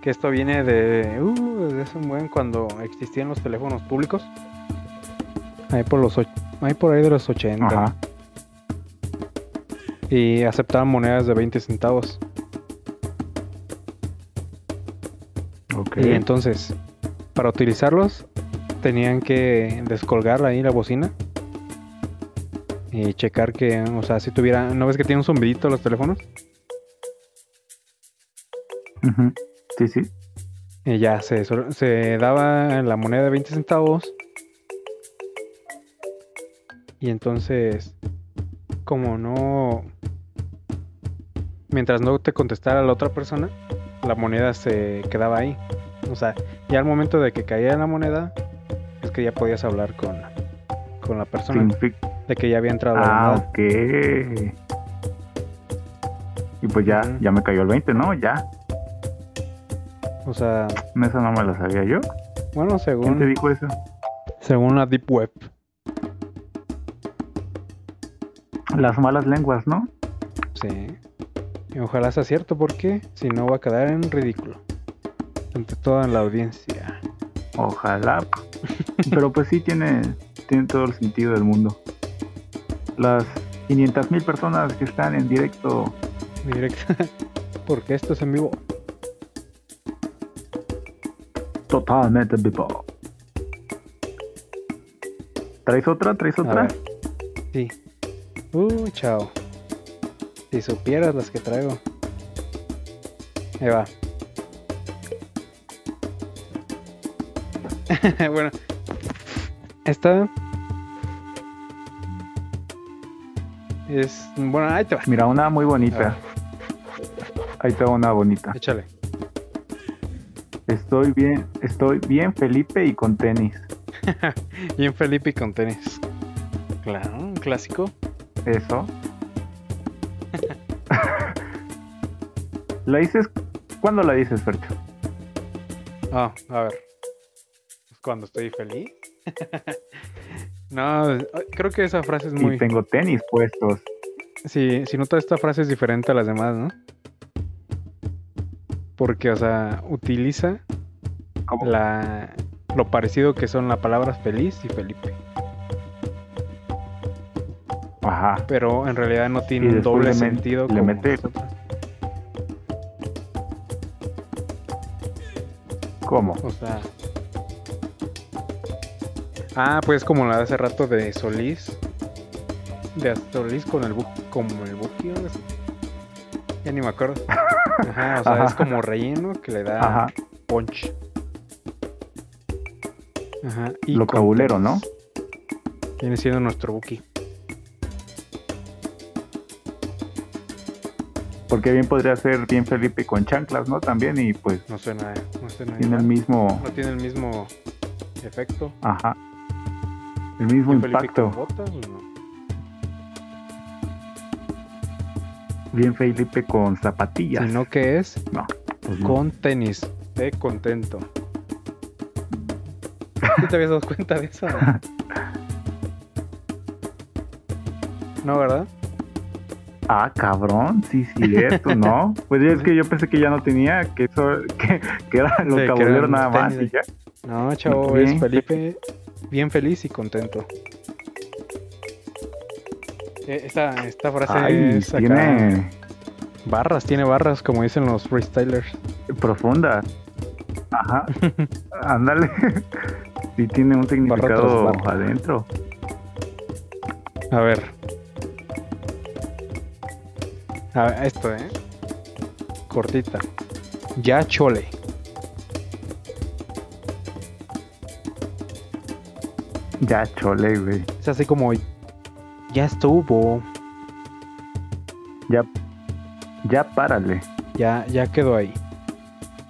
Speaker 2: que esto viene de. Uh, desde hace un buen cuando existían los teléfonos públicos. Ahí por los och- ahí por ahí de los 80.
Speaker 1: Ajá.
Speaker 2: Y aceptaban monedas de 20 centavos.
Speaker 1: Ok.
Speaker 2: Y entonces, para utilizarlos, tenían que descolgar ahí la bocina. Y checar que, o sea, si tuviera. ¿No ves que tiene un zumbidito los teléfonos?
Speaker 1: Ujú. Sí, sí.
Speaker 2: Y ya se, sol- se daba la moneda de 20 centavos. Y entonces, como no. Mientras no te contestara la otra persona, la moneda se quedaba ahí. O sea, ya al momento de que caía la moneda, es que ya podías hablar con, con la persona
Speaker 1: Significa-
Speaker 2: de que ya había entrado la
Speaker 1: Ah,
Speaker 2: moneda.
Speaker 1: ok. Y pues ya,
Speaker 2: Ujú.
Speaker 1: ya me cayó el 20, ¿no? Ya.
Speaker 2: O sea,
Speaker 1: Esa no me la sabía yo. ¿Quién
Speaker 2: bueno,
Speaker 1: te
Speaker 2: según,
Speaker 1: dijo eso?
Speaker 2: según la Deep Web.
Speaker 1: Las malas lenguas, ¿no?
Speaker 2: Sí. Y ojalá sea cierto porque si no va a quedar en ridículo. Ante toda la audiencia.
Speaker 1: Ojalá. Pero pues sí tiene, tiene todo el sentido del mundo. Las 500 mil personas que están en directo.
Speaker 2: Directa. porque esto es en vivo.
Speaker 1: Totalmente vivo. ¿Traes otra? ¿Traes
Speaker 2: A
Speaker 1: otra?
Speaker 2: ver. Sí. Uh, chao. Si supieras las que traigo. Ahí va. bueno. Esta. Es. Bueno, ahí te va.
Speaker 1: Mira, una muy
Speaker 2: A
Speaker 1: bonita.
Speaker 2: ver.
Speaker 1: Ahí está una bonita.
Speaker 2: Échale.
Speaker 1: Estoy bien, estoy bien Felipe y con tenis.
Speaker 2: Y en Felipe y con tenis. Claro, un clásico.
Speaker 1: Eso. ¿La dices? ¿Cuándo la dices, Fercho?
Speaker 2: Ah, a ver. Pues cuando estoy feliz. no, eh, creo que esa frase es muy.
Speaker 1: Y tengo tenis puestos.
Speaker 2: Si, si notas, esta frase es diferente a las demás, ¿no? Porque, o sea, utiliza
Speaker 1: ¿Cómo?
Speaker 2: la, lo parecido que son las palabras feliz y Felipe.
Speaker 1: Ajá.
Speaker 2: Pero en realidad no tiene un
Speaker 1: después
Speaker 2: doble
Speaker 1: le met-
Speaker 2: sentido
Speaker 1: le
Speaker 2: como
Speaker 1: mete-
Speaker 2: las otras.
Speaker 1: ¿Cómo?
Speaker 2: O sea. Ah, pues como la de hace rato de Solís. De Solís con el buque. Como el buque. algo así. Ya ni me acuerdo. Ajá, o sea,
Speaker 1: Ajá.
Speaker 2: es como relleno que le da
Speaker 1: Ajá.
Speaker 2: punch. Ajá.
Speaker 1: Lo
Speaker 2: con
Speaker 1: cabulero,
Speaker 2: tenis.
Speaker 1: ¿no?
Speaker 2: Viene siendo nuestro buki.
Speaker 1: Porque bien podría ser bien Felipe con chanclas, ¿no? También y pues
Speaker 2: No suena, no suena
Speaker 1: tiene el
Speaker 2: igual.
Speaker 1: mismo,
Speaker 2: No tiene el mismo efecto.
Speaker 1: ajá, el mismo
Speaker 2: ¿Y Felipe con
Speaker 1: impacto.
Speaker 2: botas? Pues no.
Speaker 1: Bien Felipe con zapatillas.
Speaker 2: Sino que es
Speaker 1: Pues no.
Speaker 2: con tenis. Te contento. ¿Sí te habías dado cuenta de eso? No, ¿verdad?
Speaker 1: Ah, cabrón, sí, cierto, ¿no? Pues es que yo pensé que ya no tenía, que eso, que, que era lo
Speaker 2: Sí, que
Speaker 1: cabulero
Speaker 2: eran
Speaker 1: nada más y
Speaker 2: tenis.
Speaker 1: ya.
Speaker 2: No, chavo,
Speaker 1: Bien.
Speaker 2: es Felipe bien feliz y contento. Eh, Esta, esta frase
Speaker 1: Ay,
Speaker 2: es acá-
Speaker 1: tiene
Speaker 2: barras, tiene barras, como dicen los freestylers.
Speaker 1: profunda. Ajá, ándale. Sí tiene un significado
Speaker 2: barra.
Speaker 1: adentro.
Speaker 2: A ver. A ver, esto, ¿eh? Cortita. Ya chole.
Speaker 1: Ya chole, güey.
Speaker 2: Es así como, ya estuvo,
Speaker 1: Ya, ya párale.
Speaker 2: ya, ya quedó ahí.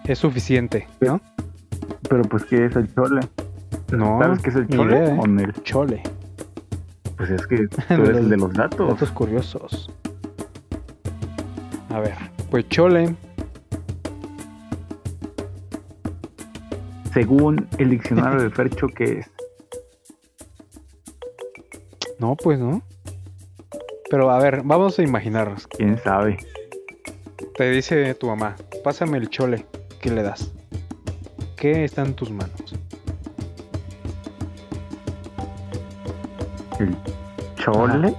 Speaker 2: Es suficiente, ¿no?
Speaker 1: Pero pues, ¿qué es el chole?
Speaker 2: No,
Speaker 1: ¿Sabes qué es el
Speaker 2: ni
Speaker 1: chole?
Speaker 2: idea, ¿eh?
Speaker 1: ¿O Nel?
Speaker 2: Chole.
Speaker 1: Pues es que tú eres el de los datos.
Speaker 2: Datos curiosos. A ver, pues chole,
Speaker 1: Según el diccionario de Fercho, ¿qué es?
Speaker 2: no, pues no. Pero a ver, vamos a imaginarnos.
Speaker 1: ¿Quién sabe?
Speaker 2: Te dice tu mamá, pásame el chole. ¿Qué le das? ¿Qué está en tus manos?
Speaker 1: ¿El chole?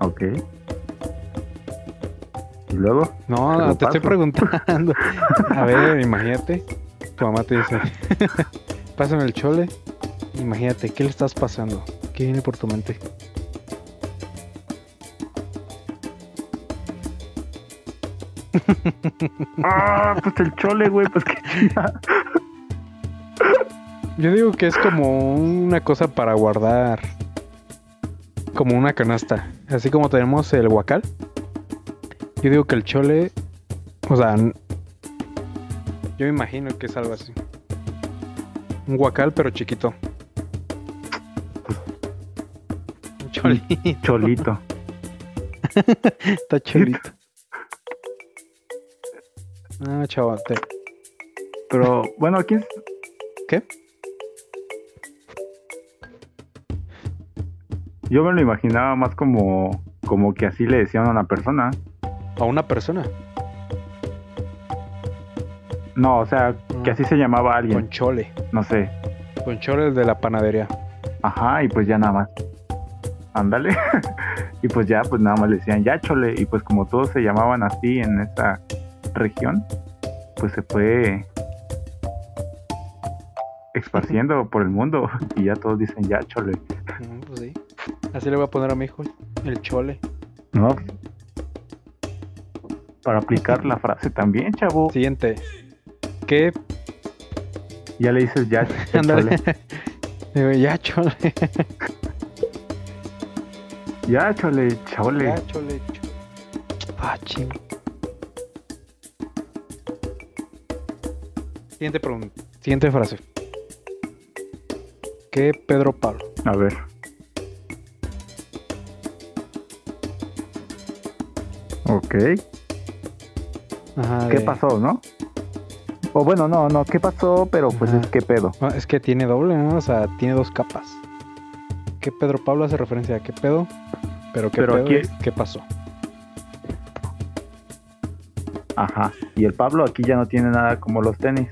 Speaker 1: Ok. ¿Y luego?
Speaker 2: No,
Speaker 1: Te
Speaker 2: no,
Speaker 1: lo
Speaker 2: te estoy
Speaker 1: paso.
Speaker 2: preguntando. A ver, imagínate. Tu mamá te dice, pásame el chole. Imagínate, ¿qué le estás pasando? ¿Qué viene por tu mente?
Speaker 1: ¡Ah! Pues el chole, güey. Pues que
Speaker 2: Yo digo que es como una cosa para guardar. Como una canasta. Así como tenemos el huacal. Yo digo que el chole. O sea. n- Yo me imagino que es algo así. Un huacal, pero chiquito.
Speaker 1: Mm.
Speaker 2: Un cholito.
Speaker 1: cholito.
Speaker 2: Está cholito. No, chaval. te-
Speaker 1: Pero bueno, aquí es-
Speaker 2: ¿Qué?
Speaker 1: yo me lo imaginaba más como, como que así le decían a una persona.
Speaker 2: A una persona.
Speaker 1: No, o sea, que así se llamaba
Speaker 2: Con
Speaker 1: alguien.
Speaker 2: chole.
Speaker 1: No sé.
Speaker 2: Con chole de la panadería.
Speaker 1: Ajá, y pues ya nada más. Ándale. y pues ya, pues nada más le decían ya chole. Y pues como todos se llamaban así en esta región, pues se fue esparciendo por el mundo. Y ya todos dicen ya chole.
Speaker 2: Mm, pues sí. Así le voy a poner a mi hijo el chole.
Speaker 1: No. Para aplicar la frase también, chavo.
Speaker 2: Siguiente. ¿Qué?
Speaker 1: Ya le dices ya ya
Speaker 2: Ándale.
Speaker 1: chole.
Speaker 2: Digo, ya chole.
Speaker 1: Ya chole, chole.
Speaker 2: Ya chole. chole. Ah, ching. Siguiente pregunta. Siguiente frase. ¿Qué Pedro Pablo?
Speaker 1: A ver. Ok.
Speaker 2: Ajá,
Speaker 1: ¿Qué
Speaker 2: de-
Speaker 1: pasó, no? O bueno, no, no, ¿qué pasó? Pero pues
Speaker 2: Ajá.
Speaker 1: es que pedo.
Speaker 2: Ah, es que tiene doble, ¿no? O sea, tiene dos capas. ¿Qué Pedro Pablo hace referencia a qué pedo? Pero qué
Speaker 1: Pero
Speaker 2: pedo,
Speaker 1: aquí-
Speaker 2: es ¿qué pasó?
Speaker 1: Ajá. Y el Pablo aquí ya no tiene nada como los tenis.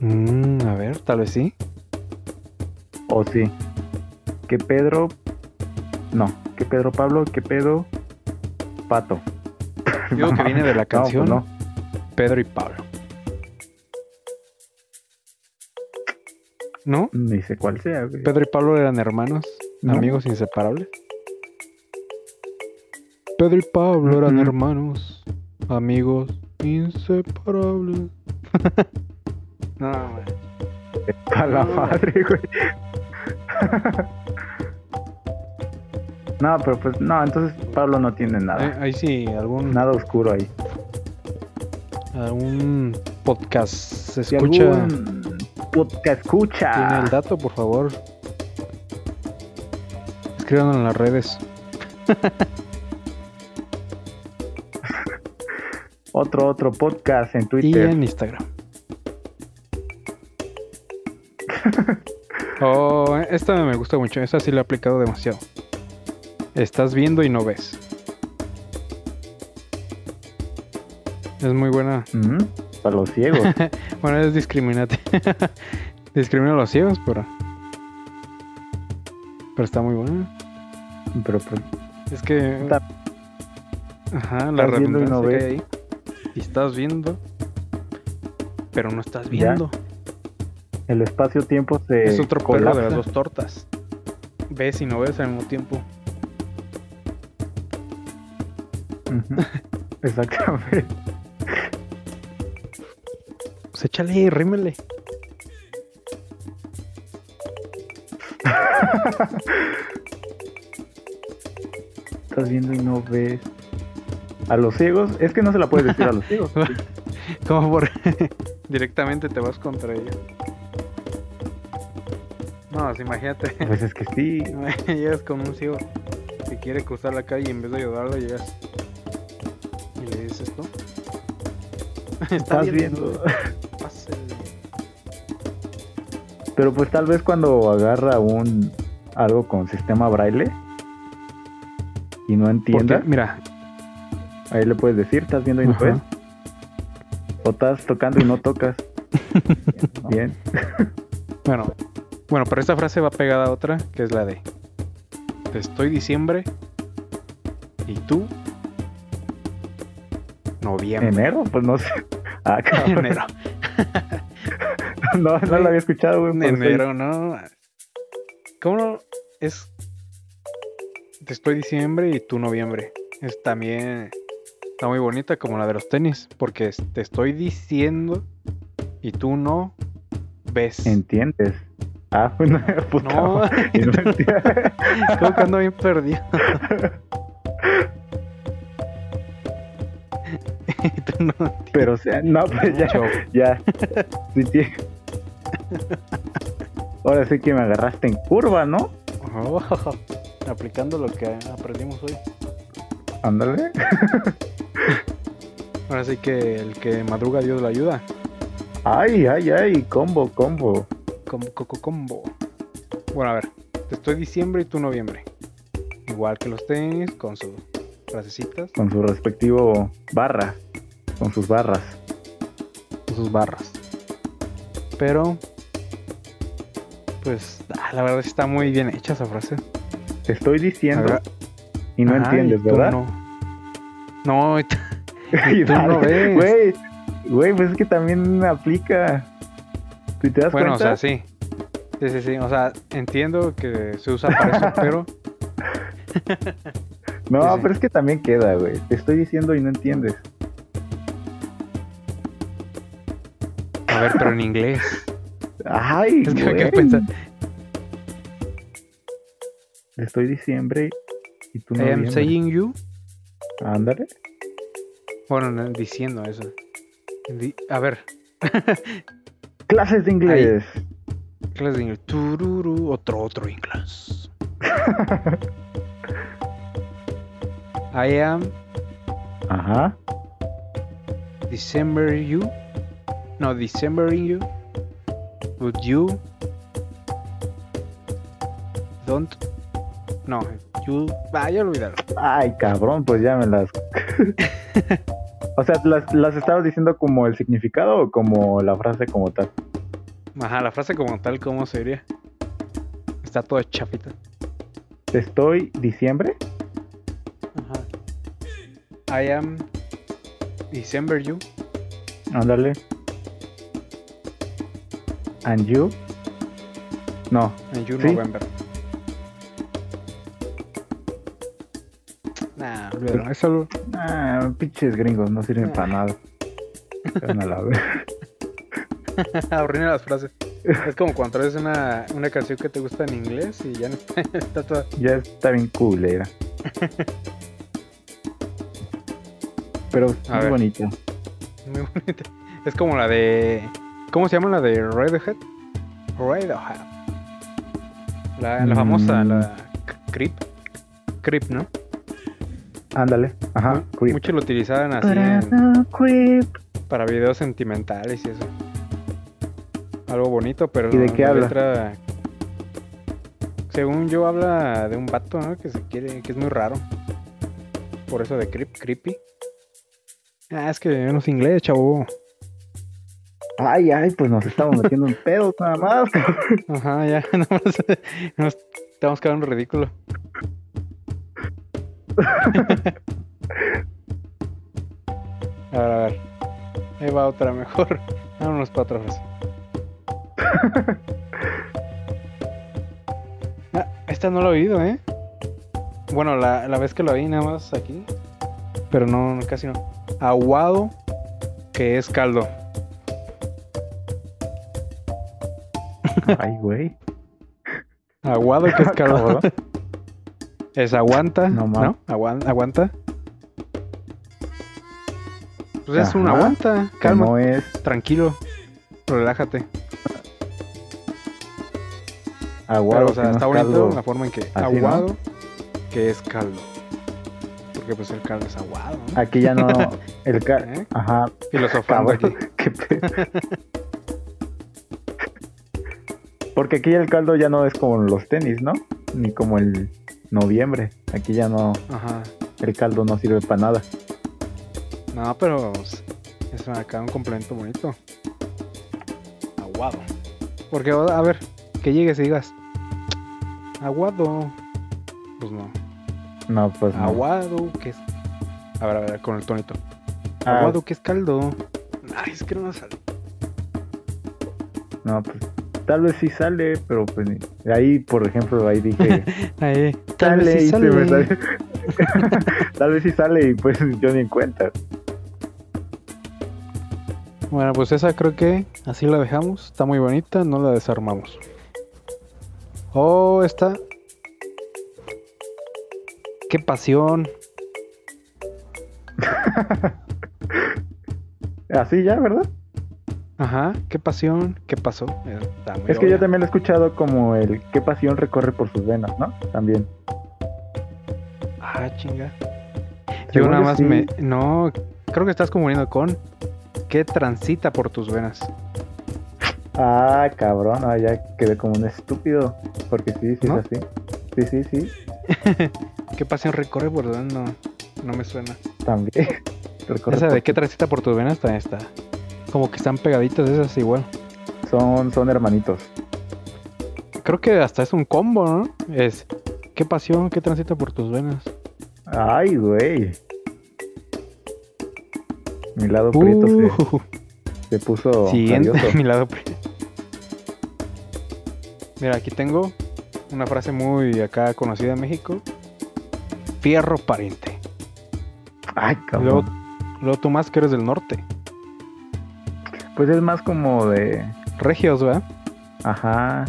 Speaker 2: Mm, a ver, tal vez sí.
Speaker 1: O sí. ¿Qué Pedro? No. ¿Qué Pedro Pablo? ¿Qué pedo? Pato.
Speaker 2: Digo que viene de la
Speaker 1: No, pues
Speaker 2: canción
Speaker 1: no.
Speaker 2: Pedro y Pablo. ¿No?
Speaker 1: Ni sé cuál sea, güey.
Speaker 2: Pedro y Pablo eran hermanos,
Speaker 1: No.
Speaker 2: amigos inseparables. Pedro y Pablo eran
Speaker 1: Ujú.
Speaker 2: hermanos, amigos inseparables. no, güey.
Speaker 1: A la
Speaker 2: No.
Speaker 1: madre, güey. no, pero pues, no, entonces Pablo no tiene
Speaker 2: Eh,
Speaker 1: nada.
Speaker 2: ahí sí, algún,
Speaker 1: Nada oscuro ahí.
Speaker 2: algún podcast se
Speaker 1: Si
Speaker 2: escucha.
Speaker 1: algún Ah. podcast escucha.
Speaker 2: Tiene el dato, por favor. Escríbanlo en las redes.
Speaker 1: Otro, otro podcast en
Speaker 2: Y
Speaker 1: Twitter.
Speaker 2: en Instagram. oh, esta me gusta mucho. Esta sí la he aplicado demasiado. Estás viendo y no ves. Es muy buena.
Speaker 1: Ujú, Para los ciegos.
Speaker 2: Bueno, es discriminante. Discrimina a los ciegos, pero. Pero está muy buena.
Speaker 1: pero pues,
Speaker 2: Es que.
Speaker 1: Está-
Speaker 2: Ajá, la
Speaker 1: estás viendo y
Speaker 2: redundancia
Speaker 1: no
Speaker 2: que
Speaker 1: ves.
Speaker 2: hay ahí. Y estás viendo. Pero no estás
Speaker 1: Ya.
Speaker 2: viendo.
Speaker 1: el espacio-tiempo se.
Speaker 2: Es otro perro
Speaker 1: colapsa.
Speaker 2: de las dos tortas. Ves y no ves al mismo tiempo.
Speaker 1: Ujú, Exactamente.
Speaker 2: Pues échale, rímele.
Speaker 1: Estás viendo y no ves. A los ciegos, es que no se la puedes decir a los ciegos. Pues
Speaker 2: Como por directamente te vas contra ellos. No, pues imagínate,
Speaker 1: Pues es que sí.
Speaker 2: llegas con un ciego que quiere cruzar la calle y en vez de ayudarlo llegas y le dices esto.
Speaker 1: Estás viendo.
Speaker 2: Pásale.
Speaker 1: Pero pues tal vez cuando agarra un algo con sistema braille y no entienda,
Speaker 2: Porque, mira,
Speaker 1: ahí le puedes decir, estás viendo y no
Speaker 2: Ajá.
Speaker 1: ves. O estás tocando y no tocas. Bien.
Speaker 2: Bueno, bueno, pero esta frase va pegada a otra, que es la de Te estoy diciembre y tú noviembre.
Speaker 1: Enero, pues no sé. Ah, cabrón.
Speaker 2: Enero.
Speaker 1: No, no lo había escuchado, güey. por eso-
Speaker 2: Enero, no. ¿Cómo no? es? Te estoy diciembre y tú noviembre. Es también está muy bonita como la de los tenis, porque es, te estoy diciendo y tú no ves.
Speaker 1: ¿Entiendes? Ah, pues no, puta.
Speaker 2: No,
Speaker 1: madre, no entiendo.
Speaker 2: Creo que ando bien perdido. Y tú no entiendes
Speaker 1: Pero o sea, no, pues ya,
Speaker 2: mucho.
Speaker 1: ya. Sí, sí. Ahora sí que me agarraste en curva, ¿no?
Speaker 2: Oh, aplicando lo que aprendimos hoy.
Speaker 1: Ándale.
Speaker 2: Ahora sí que el que madruga Dios lo ayuda.
Speaker 1: Ay, ay, ay, combo, combo.
Speaker 2: Como coco combo. Bueno, a ver. Te estoy diciembre y tú noviembre. Igual que los tenis con sus frasecitas,
Speaker 1: Con su respectivo barra. Con sus barras.
Speaker 2: con sus barras. Pero pues ah, la verdad sí está muy bien hecha esa frase.
Speaker 1: Te estoy diciendo.
Speaker 2: Agra-
Speaker 1: Y no
Speaker 2: Ajá,
Speaker 1: entiendes,
Speaker 2: tú
Speaker 1: ¿verdad?
Speaker 2: No. No, y tú-
Speaker 1: Y
Speaker 2: tú no
Speaker 1: dale,
Speaker 2: ves.
Speaker 1: Güey, güey, pues es que también aplica. Si te das
Speaker 2: bueno, o
Speaker 1: cuenta,
Speaker 2: sea, sí. Sí, sí, sí. O sea, entiendo que se usa para eso, pero
Speaker 1: no,
Speaker 2: sí, sí.
Speaker 1: pero es que también queda, güey. Te estoy diciendo y no entiendes.
Speaker 2: a ver, pero en inglés.
Speaker 1: Ay,
Speaker 2: Es que me
Speaker 1: güey.
Speaker 2: quedo pensando.
Speaker 1: Te estoy diciembre y tú no
Speaker 2: I am
Speaker 1: noviembre.
Speaker 2: saying you.
Speaker 1: Ándale.
Speaker 2: Bueno, no, diciendo eso. Di- a ver,
Speaker 1: Clases de inglés.
Speaker 2: clase de inglés. Tururu, otro, otro inglés. I am
Speaker 1: Ajá.
Speaker 2: December you. No, December in you. But you don't. No, you. Ah, ya olvidaron.
Speaker 1: Ay, cabrón, pues ya me las. o sea, ¿las, ¿las estabas diciendo como el significado o como la frase como tal?
Speaker 2: Ajá, la frase como tal, ¿cómo sería? Está toda chafita.
Speaker 1: Te estoy diciembre.
Speaker 2: Ajá. I am December you.
Speaker 1: Ándale. And you. No,
Speaker 2: And you
Speaker 1: Sí.
Speaker 2: November. Nah, olvídalo, eso lo-
Speaker 1: Ah, pinches gringos, no sirven
Speaker 2: Ah.
Speaker 1: para nada. Van a la ver-
Speaker 2: arruina las frases. Es como cuando traes una, una canción que te gusta en inglés y ya no está, está toda.
Speaker 1: ya está bien culera. Pero
Speaker 2: A
Speaker 1: muy
Speaker 2: ver.
Speaker 1: bonita.
Speaker 2: Muy bonita. Es como la de. ¿Cómo se llama la de Radiohead? Radiohead. La, la famosa,
Speaker 1: Mm.
Speaker 2: la C- Creep. Creep, ¿no?
Speaker 1: Ándale. Ajá,
Speaker 2: Mu-
Speaker 1: creep.
Speaker 2: Muchos lo utilizaban así
Speaker 1: Para
Speaker 2: en-
Speaker 1: no creep.
Speaker 2: para videos sentimentales y eso. Algo bonito, pero
Speaker 1: ¿Y de qué
Speaker 2: la
Speaker 1: habla?
Speaker 2: letra- según yo habla de un vato, ¿no? Que se quiere, que es muy raro. Por eso de creep, creepy. Ah, es que yo no sé inglés, chavo.
Speaker 1: Ay, ay, pues nos estamos metiendo en pedos nada más.
Speaker 2: Ajá, ya, nada más nos estamos quedando ridículo. a ver, a ver. Ahí va otra mejor. Vámonos para otra frase. Ah, esta no la he oído, ¿eh? Bueno, la, la vez que la oí nada más aquí. Pero no, no, casi no. Aguado que es caldo.
Speaker 1: Ay, güey.
Speaker 2: Aguado que es caro. es aguanta.
Speaker 1: No,
Speaker 2: No,
Speaker 1: ma.
Speaker 2: Aguan- aguanta. Pues es un
Speaker 1: Ajá,
Speaker 2: aguanta.
Speaker 1: Que
Speaker 2: Calma,
Speaker 1: no es.
Speaker 2: tranquilo. Relájate.
Speaker 1: Aguado,
Speaker 2: Pero, o sea,
Speaker 1: que no
Speaker 2: está
Speaker 1: es
Speaker 2: bonito
Speaker 1: caldo.
Speaker 2: la forma en que
Speaker 1: ¿no?
Speaker 2: aguado que es caldo. Porque pues el caldo es aguado, ¿no?
Speaker 1: Aquí ya no. El ca-
Speaker 2: ¿Eh?
Speaker 1: Ajá,
Speaker 2: Filosofando
Speaker 1: cabrón.
Speaker 2: aquí.
Speaker 1: qué pe- Porque aquí el caldo ya no es como los tenis, ¿no? Ni como el noviembre. Aquí ya no.
Speaker 2: Ajá.
Speaker 1: El caldo no sirve para nada.
Speaker 2: No, pero pues, es acá un complemento bonito. Aguado. Porque, o- a ver, que llegues y digas, aguado. Pues no.
Speaker 1: No, pues no.
Speaker 2: Aguado, que es... A ver, a ver, con el tonito.
Speaker 1: Ah,
Speaker 2: Aguado, que es caldo. Ay, es que no me sale.
Speaker 1: no, pues. Tal vez sí sale, pero pues. ni- Ahí, por ejemplo, ahí dije.
Speaker 2: Ahí,
Speaker 1: sale, y se me sale. tal vez sí sale y pues yo ni en cuenta.
Speaker 2: Bueno, pues esa creo que así la dejamos. Está muy bonita, no la desarmamos. Oh, esta. Qué pasión.
Speaker 1: Así ya, ¿verdad?
Speaker 2: Ajá, qué pasión. ¿Qué pasó? Eh, Está muy
Speaker 1: es que
Speaker 2: obvia.
Speaker 1: yo también lo he escuchado como el qué pasión recorre por sus venas, ¿no? También.
Speaker 2: Ah, chinga. Yo
Speaker 1: Según
Speaker 2: nada más
Speaker 1: sí,
Speaker 2: me. No, creo que estás confundiendo con. ¿Qué transita por tus venas?
Speaker 1: Ah, cabrón, ah, ya quedé como un estúpido. Porque sí, sí
Speaker 2: ¿No?
Speaker 1: es así. Sí, sí, sí.
Speaker 2: ¿Qué pasión recorre por tus venas? No, no me suena.
Speaker 1: También. Recorre
Speaker 2: Esa de
Speaker 1: por-
Speaker 2: qué transita por tus venas también está. Como que están pegaditas esas igual.
Speaker 1: Son, son hermanitos.
Speaker 2: Creo que hasta es un combo, ¿no? Es. Qué pasión, qué transita por tus venas.
Speaker 1: Ay, güey. Mi lado prieto se-
Speaker 2: Uh,
Speaker 1: se, puso
Speaker 2: siguiente,
Speaker 1: rabioso.
Speaker 2: mi lado pri- Mira, aquí tengo una frase muy acá conocida en México. Fierro pariente.
Speaker 1: Ay,
Speaker 2: Y
Speaker 1: cabrón.
Speaker 2: Luego, luego tú más que eres del norte.
Speaker 1: Pues es más como de.
Speaker 2: Regios, ¿verdad?
Speaker 1: Ajá.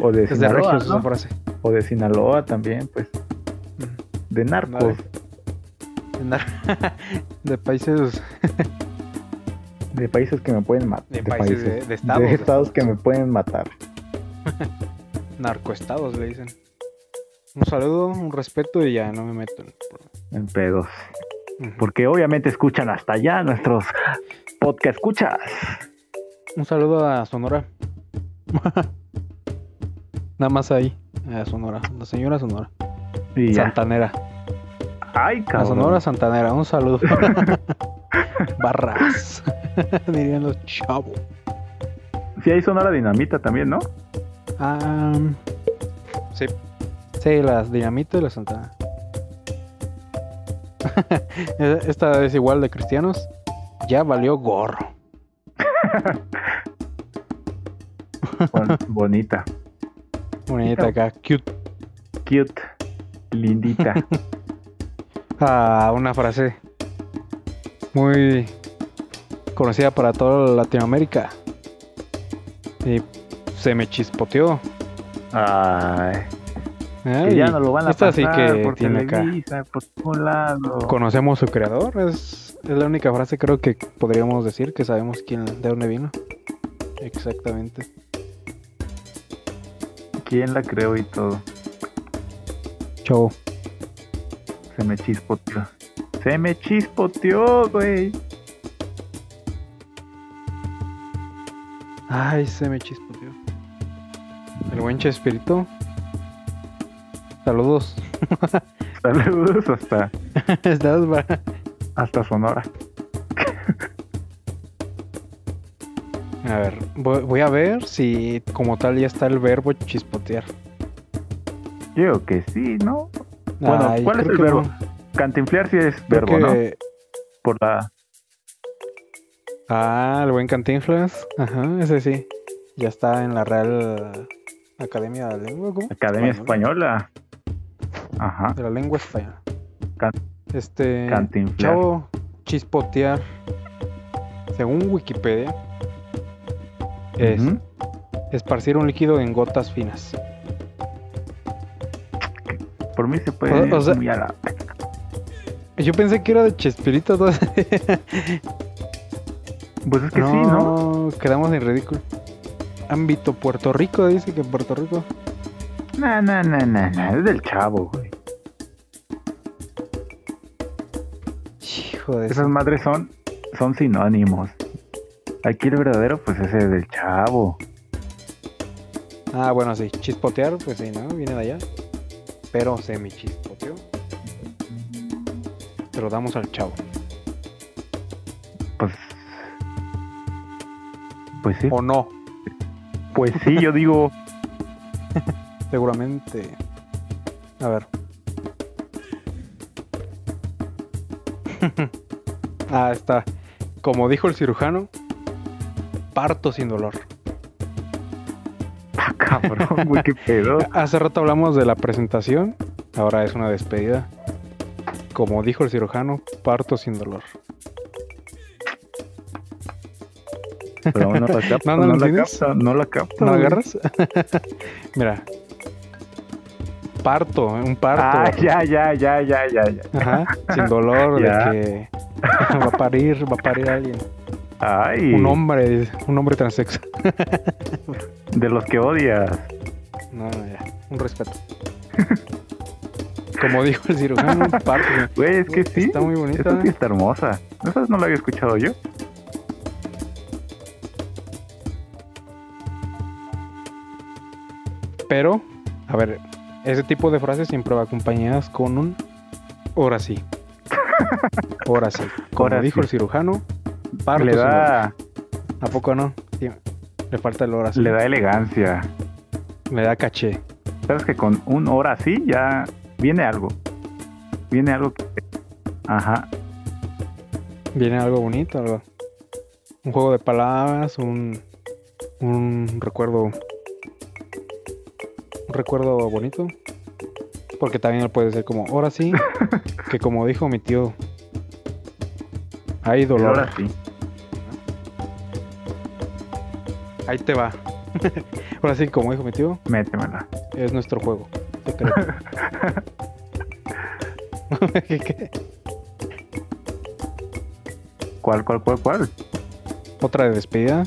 Speaker 1: O de
Speaker 2: Es Pues de
Speaker 1: Sinaloa,
Speaker 2: Regios
Speaker 1: ¿no?
Speaker 2: esa frase.
Speaker 1: O de Sinaloa también, pues.
Speaker 2: Ujú.
Speaker 1: De narcos.
Speaker 2: De nar- De países.
Speaker 1: De países que me pueden matar.
Speaker 2: De países, de- de estados, de estados.
Speaker 1: que me pueden matar.
Speaker 2: narcoestados, le dicen. Un saludo, un respeto y ya no me meto. en-
Speaker 1: En pedos.
Speaker 2: Ujú.
Speaker 1: Porque obviamente escuchan hasta allá nuestros podcast escuchas.
Speaker 2: Un saludo a Sonora. Nada más ahí. A Sonora. La señora Sonora.
Speaker 1: Y ya.
Speaker 2: Santanera.
Speaker 1: Ay,
Speaker 2: A
Speaker 1: cabrón.
Speaker 2: Sonora Santanera. Un saludo. Barras. Dirían los chavos.
Speaker 1: Sí, hay Sonora Dinamita también, ¿no?
Speaker 2: Ah, sí. Sí, las Dinamita y las Santana. Esta es igual de cristianos. Ya valió gorro.
Speaker 1: Bon- Bonita.
Speaker 2: Bonita acá. Cute.
Speaker 1: Cute. Lindita.
Speaker 2: a Ah, una frase muy conocida para toda Latinoamérica. Y se me chispoteó.
Speaker 1: Ay.
Speaker 2: ¿eh?
Speaker 1: Que ya
Speaker 2: Y
Speaker 1: no lo van a
Speaker 2: esta sí
Speaker 1: pasar
Speaker 2: que
Speaker 1: por
Speaker 2: tiene acá.
Speaker 1: Televisa, por un lado.
Speaker 2: Conocemos su creador, es, es la única frase creo que podríamos decir que sabemos quién de dónde vino. Exactamente.
Speaker 1: ¿Quién la creó y todo?
Speaker 2: Chau.
Speaker 1: Se me chispoteó. Se me chispoteó, güey.
Speaker 2: Ay, se me chispoteó. El buen Chespirito. Saludos.
Speaker 1: Saludos hasta,
Speaker 2: Estás para-
Speaker 1: hasta Sonora.
Speaker 2: A ver, voy, voy a ver si como tal ya está el verbo chispotear.
Speaker 1: Yo que sí, ¿no? Bueno, ¿cuál es
Speaker 2: creo
Speaker 1: el
Speaker 2: que
Speaker 1: verbo?
Speaker 2: no.
Speaker 1: Cantinflear sí es
Speaker 2: Creo
Speaker 1: verbo, ¿no?
Speaker 2: que-
Speaker 1: Por la...
Speaker 2: Ah, el buen Cantinflas. Ajá, ese sí. Ya está en la Real Academia de la Lengua, ¿cómo?
Speaker 1: Academia Española. Ajá,
Speaker 2: De la lengua española.
Speaker 1: Can-
Speaker 2: este.
Speaker 1: cantinflear.
Speaker 2: Chavo, chispotear. Según Wikipedia, es
Speaker 1: Ujú.
Speaker 2: Esparcir un líquido en gotas finas.
Speaker 1: Por mí se puede
Speaker 2: O- o sea-
Speaker 1: muy a la-
Speaker 2: Yo pensé que era de Chespirito. todo ese-
Speaker 1: Pues es que sí, ¿no?
Speaker 2: Quedamos en ridículo. Ámbito Puerto Rico, dice que en Puerto Rico.
Speaker 1: No, no, no, no, no. Es del chavo, güey.
Speaker 2: Hijo de
Speaker 1: Esas madres son, son sinónimos. Aquí el verdadero, pues es el del chavo.
Speaker 2: su- Ah, bueno, sí. Chispotear, pues sí, ¿no? Viene de allá. Pero semi chispoteó. Te lo damos al chavo.
Speaker 1: Pues. Pues sí.
Speaker 2: O no,
Speaker 1: Pues sí, yo digo.
Speaker 2: seguramente. A ver. ah, está. Como dijo el cirujano, parto sin dolor.
Speaker 1: Ah, cabrón, güey, qué pedo.
Speaker 2: Hace rato hablamos de la presentación, ahora es una despedida. Como dijo el cirujano, parto sin dolor.
Speaker 1: Pero aún no la capto,
Speaker 2: ¿No,
Speaker 1: no,
Speaker 2: no lo
Speaker 1: la
Speaker 2: tienes?
Speaker 1: capto, no la capto.
Speaker 2: ¿No
Speaker 1: güey.
Speaker 2: agarras? Mira. Parto, un parto.
Speaker 1: Ah, ya, ya, ya, ya, ya, ya.
Speaker 2: Ajá, sin dolor
Speaker 1: Ya.
Speaker 2: de que va a parir, va a parir alguien.
Speaker 1: Ay,
Speaker 2: Un hombre, dice, un hombre transexual.
Speaker 1: de los que odias.
Speaker 2: No, no, ya, un respeto. Como dijo el cirujano, parto.
Speaker 1: Güey, es que sí.
Speaker 2: Está muy bonita.
Speaker 1: Esa sí está hermosa. Esa no la había escuchado yo.
Speaker 2: Pero, a ver, ese tipo de frases siempre va acompañadas con un ahora sí. Ahora sí. Como
Speaker 1: Ahora
Speaker 2: dijo
Speaker 1: sí.
Speaker 2: el cirujano, parto
Speaker 1: le
Speaker 2: sin dolor.
Speaker 1: da,
Speaker 2: ¿A poco no? Sí, Le falta el ahora sí.
Speaker 1: le da elegancia.
Speaker 2: Me da caché.
Speaker 1: Sabes que con un hora así ya viene algo. Viene algo que. Ajá.
Speaker 2: Viene algo bonito, algo. Un juego de palabras, un, un recuerdo. Un recuerdo bonito. Porque también puede ser como, ahora sí, que como dijo mi tío, hay
Speaker 1: el
Speaker 2: dolor.
Speaker 1: Ahora sí.
Speaker 2: Ahí te va. Ahora sí, como dijo mi tío,
Speaker 1: Métemela.
Speaker 2: es nuestro juego. secreto. ¿Qué, qué?
Speaker 1: ¿Cuál, cuál, cuál, cuál?
Speaker 2: Otra de despedida.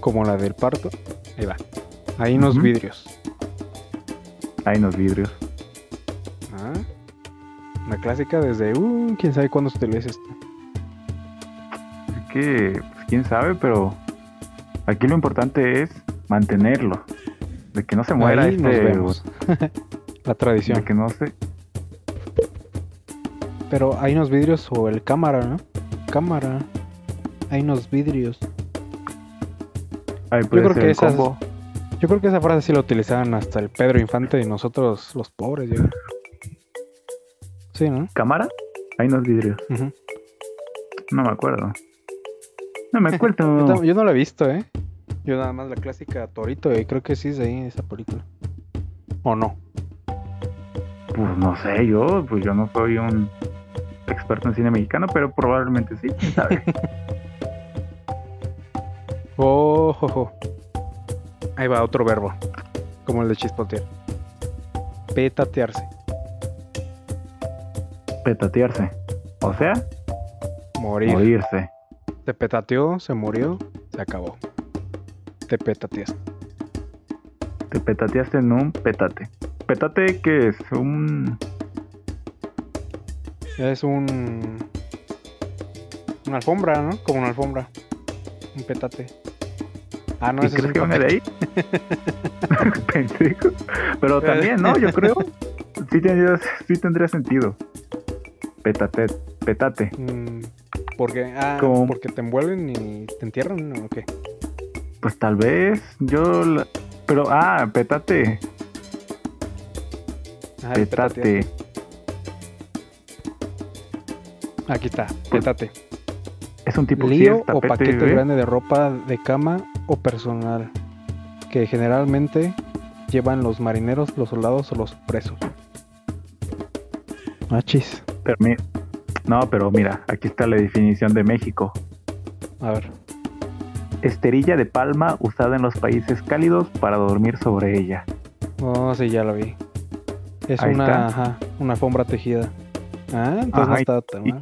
Speaker 2: Como la del parto. Ahí va. Ahí nos
Speaker 1: Ujú.
Speaker 2: vidrios.
Speaker 1: Ahí nos vidrios.
Speaker 2: Ah. La clásica desde, uh, quién sabe cuándo se utiliza esto.
Speaker 1: Es que, pues, quién sabe, pero aquí lo importante es mantenerlo. De que no se muera
Speaker 2: Ahí
Speaker 1: este.
Speaker 2: nos vemos. la
Speaker 1: De
Speaker 2: tradición.
Speaker 1: que no se.
Speaker 2: Pero ahí nos vidrios o el cámara, ¿no? Cámara. Ahí nos vidrios.
Speaker 1: Ay, puede ser
Speaker 2: creo que
Speaker 1: el
Speaker 2: esas-
Speaker 1: combo.
Speaker 2: Yo creo que esa frase sí la utilizaban hasta el Pedro Infante y nosotros los pobres, yo creo. Sí, ¿no?
Speaker 1: ¿Cámara? Ahí nos vidrios.
Speaker 2: Ujú.
Speaker 1: No me acuerdo. No me
Speaker 2: Yo,
Speaker 1: acuerdo.
Speaker 2: tam- yo no la he visto, ¿eh? Yo nada más la clásica Torito, y creo que sí es de ahí esa película. ¿O no?
Speaker 1: Pues no sé, yo, pues yo no soy un experto en cine mexicano, pero probablemente sí, quién sabe.
Speaker 2: Oh, jo, jo. Ahí va otro verbo, como el de chispotear. Petatearse,
Speaker 1: Petatearse. O sea,
Speaker 2: morir.
Speaker 1: morirse.
Speaker 2: Te petateó, se murió, se acabó. Te petateaste.
Speaker 1: Te petateaste en un petate. Petate que es un
Speaker 2: Es un. Una alfombra, ¿no? Como una alfombra. Un petate. Ah, no,
Speaker 1: ¿Y
Speaker 2: ese es
Speaker 1: crees
Speaker 2: un
Speaker 1: que viene de
Speaker 2: papel.
Speaker 1: ahí? Pendejo. Pero también, ¿no? Yo creo. Sí tendría, sí tendría sentido. Petate, petate.
Speaker 2: Mm, porque, ah,
Speaker 1: Como-
Speaker 2: porque te envuelven y te entierran, ¿o qué?
Speaker 1: Pues tal vez yo... la- Pero, ah, petate,
Speaker 2: Ah, el
Speaker 1: petate.
Speaker 2: Aquí está, petate.
Speaker 1: Es un tipo sí,
Speaker 2: Lío
Speaker 1: es
Speaker 2: o
Speaker 1: tapete,
Speaker 2: paquete
Speaker 1: ¿ve?
Speaker 2: grande de ropa de cama o personal, que generalmente llevan los marineros, los soldados o los presos. Machis.
Speaker 1: Pero mi- No, pero mira, aquí está la definición de México.
Speaker 2: A ver.
Speaker 1: esterilla de palma usada en los países cálidos para dormir sobre ella.
Speaker 2: Oh, sí, ya lo vi. Es
Speaker 1: Ahí
Speaker 2: una,
Speaker 1: está.
Speaker 2: ajá, una alfombra tejida. Ah, entonces no
Speaker 1: Ajá, y-
Speaker 2: está tan
Speaker 1: y-
Speaker 2: mal.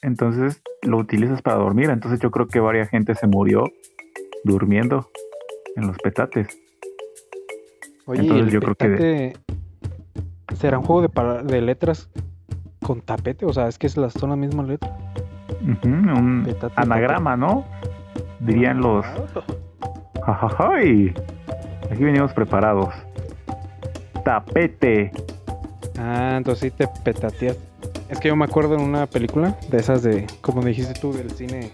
Speaker 1: Entonces lo utilizas para dormir. Entonces yo creo que varias gente se murió durmiendo en los petates.
Speaker 2: Oye,
Speaker 1: entonces
Speaker 2: el
Speaker 1: yo creo que
Speaker 2: petate, ¿Será un juego de, pala- de letras con tapete? O sea, es que es la- son las mismas letras.
Speaker 1: Ujú, un
Speaker 2: Petate,
Speaker 1: anagrama, ¿no? Dirían los. ¡Jajajay! Aquí venimos preparados. Tapete.
Speaker 2: Ah, entonces sí te petateas. Es que yo me acuerdo en una película de esas de, como dijiste tú, del cine.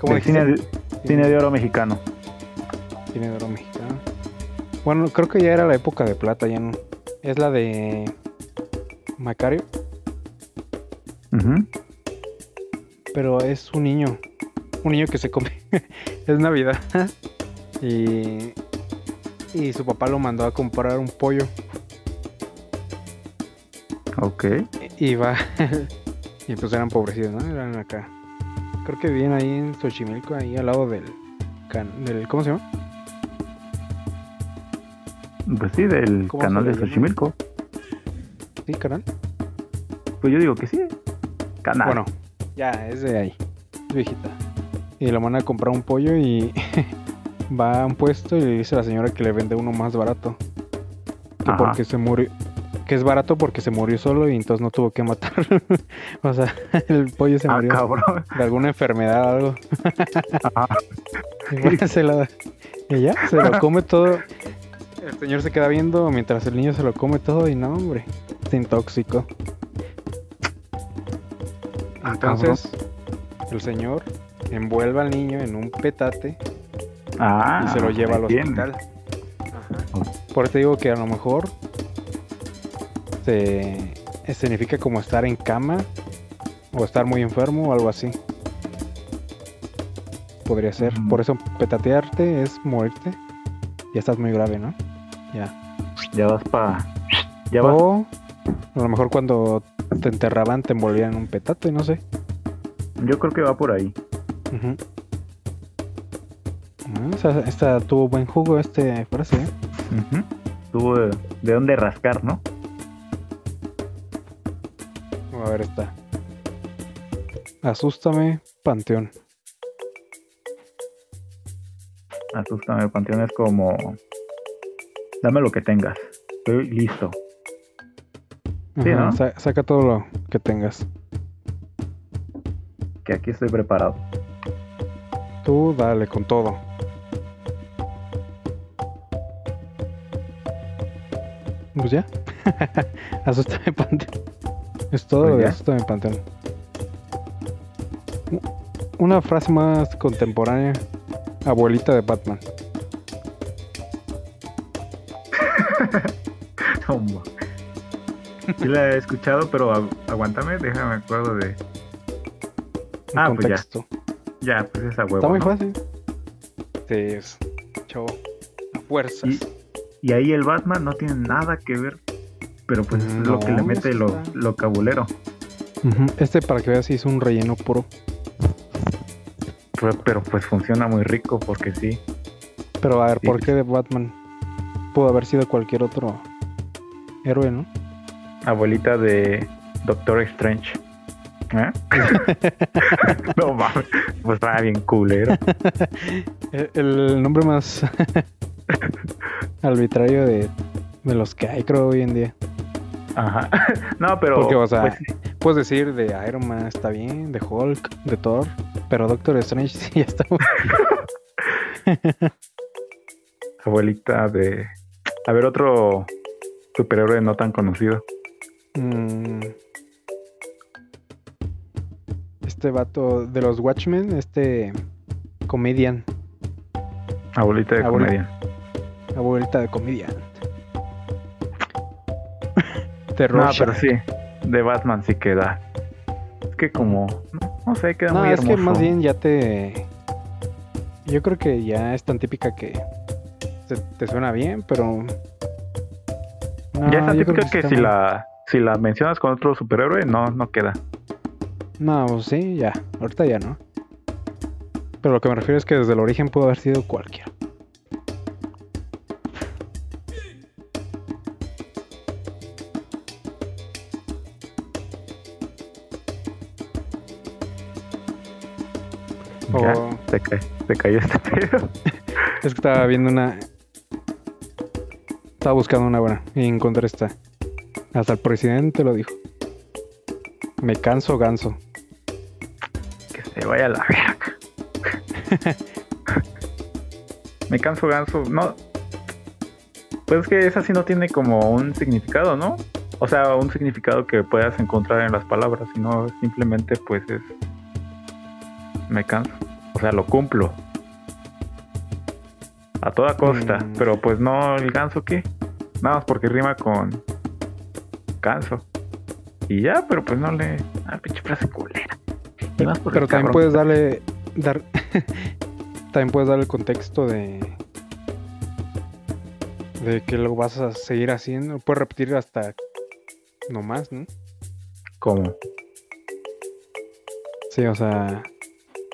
Speaker 2: ¿Cómo
Speaker 1: Del cine, de- cine de oro mexicano.
Speaker 2: Cine de oro mexicano. Bueno, creo que ya era la época de plata, ya no. Es la de Macario,
Speaker 1: Ujú.
Speaker 2: pero es un niño. Un niño que se come. es Navidad. y, y su papá lo mandó a comprar un pollo.
Speaker 1: Ok.
Speaker 2: Y va. y pues eran pobrecidos, ¿no? Eran acá. Creo que vivían ahí en Xochimilco, ahí al lado del. can- del ¿Cómo se llama?
Speaker 1: Pues sí, del
Speaker 2: ¿Cómo
Speaker 1: canal
Speaker 2: se
Speaker 1: de
Speaker 2: le llama?
Speaker 1: Xochimilco.
Speaker 2: ¿Sí, canal?
Speaker 1: Pues yo digo que sí. Canal.
Speaker 2: Bueno, ya es de ahí, es viejita. Y le van a comprar un pollo y va a un puesto y le dice a la señora que le vende uno más barato. Que
Speaker 1: Ajá.
Speaker 2: porque se murió. Que es barato porque se murió solo y entonces no tuvo que matar. o sea, el pollo se
Speaker 1: Ah,
Speaker 2: murió
Speaker 1: cabrón.
Speaker 2: de alguna enfermedad o algo.
Speaker 1: Ajá.
Speaker 2: Y va, se lo da. Y ya, se lo come todo. El señor se queda viendo mientras el niño se lo come todo y no, hombre, se intoxicó.
Speaker 1: Ah,
Speaker 2: Entonces, el señor envuelve al niño en un petate
Speaker 1: Ah,
Speaker 2: y se lo lleva al
Speaker 1: ahí tiene.
Speaker 2: hospital. Ajá. Por eso te digo que a lo mejor se significa como estar en cama o estar muy enfermo o algo así. Podría ser.
Speaker 1: Mm.
Speaker 2: Por eso petatearte es morirte. Ya estás muy grave, ¿no? Ya.
Speaker 1: Ya vas para. Ya vas.
Speaker 2: O a lo mejor cuando te enterraban te envolvían en un petate, no sé.
Speaker 1: Yo creo que va por ahí.
Speaker 2: Ujú. Ah, esa- esta tuvo buen jugo este frase, ¿eh?
Speaker 1: Ujú. Tuvo de, eh, de dónde rascar, ¿no?
Speaker 2: A ver, está. Asústame, Panteón.
Speaker 1: Asústame, Panteón es como. Dame lo que tengas. Estoy listo. Sí,
Speaker 2: Ajá,
Speaker 1: ¿no?
Speaker 2: sa- saca todo lo que tengas.
Speaker 1: Que aquí estoy preparado.
Speaker 2: Tú dale con todo. Pues ya. Asústame, Panteón. Es todo
Speaker 1: Pues
Speaker 2: lo de
Speaker 1: ya.
Speaker 2: Asústame, Panteón. U- Una frase más contemporánea. Abuelita de Batman.
Speaker 1: Tombo. Sí la he escuchado, pero agu- aguántame, déjame acuerdo de.
Speaker 2: En
Speaker 1: Ah, pues ya.
Speaker 2: contexto.
Speaker 1: Ya, pues esa huevo.
Speaker 2: Está muy
Speaker 1: ¿no?
Speaker 2: fácil. Sí, es. Chavo. A fuerzas.
Speaker 1: Y, y ahí el Batman no tiene nada que ver. Pero pues es
Speaker 2: No,
Speaker 1: lo que le mete
Speaker 2: eso
Speaker 1: lo,
Speaker 2: está-
Speaker 1: lo cabulero.
Speaker 2: Ujú, Este para que veas hizo un relleno puro,
Speaker 1: Pero, pero, pues funciona muy rico porque sí.
Speaker 2: pero a ver,
Speaker 1: Sí.
Speaker 2: ¿por qué de Batman? Pudo haber sido cualquier otro héroe, ¿no?
Speaker 1: Abuelita de Doctor Strange. ¿Eh? no mames. Pues estaba bien culero. E,
Speaker 2: El, el nombre más arbitrario de, de los que hay, creo, hoy en día.
Speaker 1: Ajá. No, pero.
Speaker 2: Porque, o sea,
Speaker 1: pues,
Speaker 2: puedes decir de Iron Man está bien, de Hulk, de Thor, pero Doctor Strange sí ya está. muy-
Speaker 1: abuelita de. A ver, otro superhéroe no tan conocido.
Speaker 2: Mm. Este vato de los Watchmen, este comedian,
Speaker 1: Abuelita de
Speaker 2: Abuelita.
Speaker 1: comedia.
Speaker 2: abuelita de comedian. Terror.
Speaker 1: No, pero sí, de Batman sí queda. Es que como, no sé, queda
Speaker 2: No,
Speaker 1: muy
Speaker 2: es
Speaker 1: hermoso.
Speaker 2: que más bien ya te. Yo creo que ya es tan típica que se- te suena bien, pero. No,
Speaker 1: ya está
Speaker 2: yo creo
Speaker 1: típica que,
Speaker 2: está
Speaker 1: si
Speaker 2: mal.
Speaker 1: la si la mencionas con otro superhéroe, no, no queda.
Speaker 2: No, pues sí, ya. Ahorita ya no. Pero lo que me refiero es que desde el origen pudo haber sido cualquiera.
Speaker 1: Ya,
Speaker 2: O-
Speaker 1: se, cae, se cayó este pedo.
Speaker 2: Es que estaba viendo una. Estaba buscando una buena y encontré esta. Hasta el presidente lo dijo. Me canso ganso.
Speaker 1: Que se vaya a la verga. Me canso ganso. No. Pues es que esa sí no tiene como un significado, ¿no? O sea, un significado que puedas encontrar en las palabras, sino simplemente pues es. Me canso. O sea, lo cumplo. A toda costa.
Speaker 2: Mm.
Speaker 1: Pero pues no, el ganso qué. Nada más porque rima con. Canso. Y ya, pero pues no le. Ah, pinche frase culera. Y más porque
Speaker 2: Pero
Speaker 1: el
Speaker 2: también
Speaker 1: cabrón-
Speaker 2: puedes darle. Dar, también puedes darle el contexto de. De que lo vas a seguir haciendo. Puedes repetir hasta. No más, ¿no?
Speaker 1: ¿Cómo?
Speaker 2: Sí, o sea.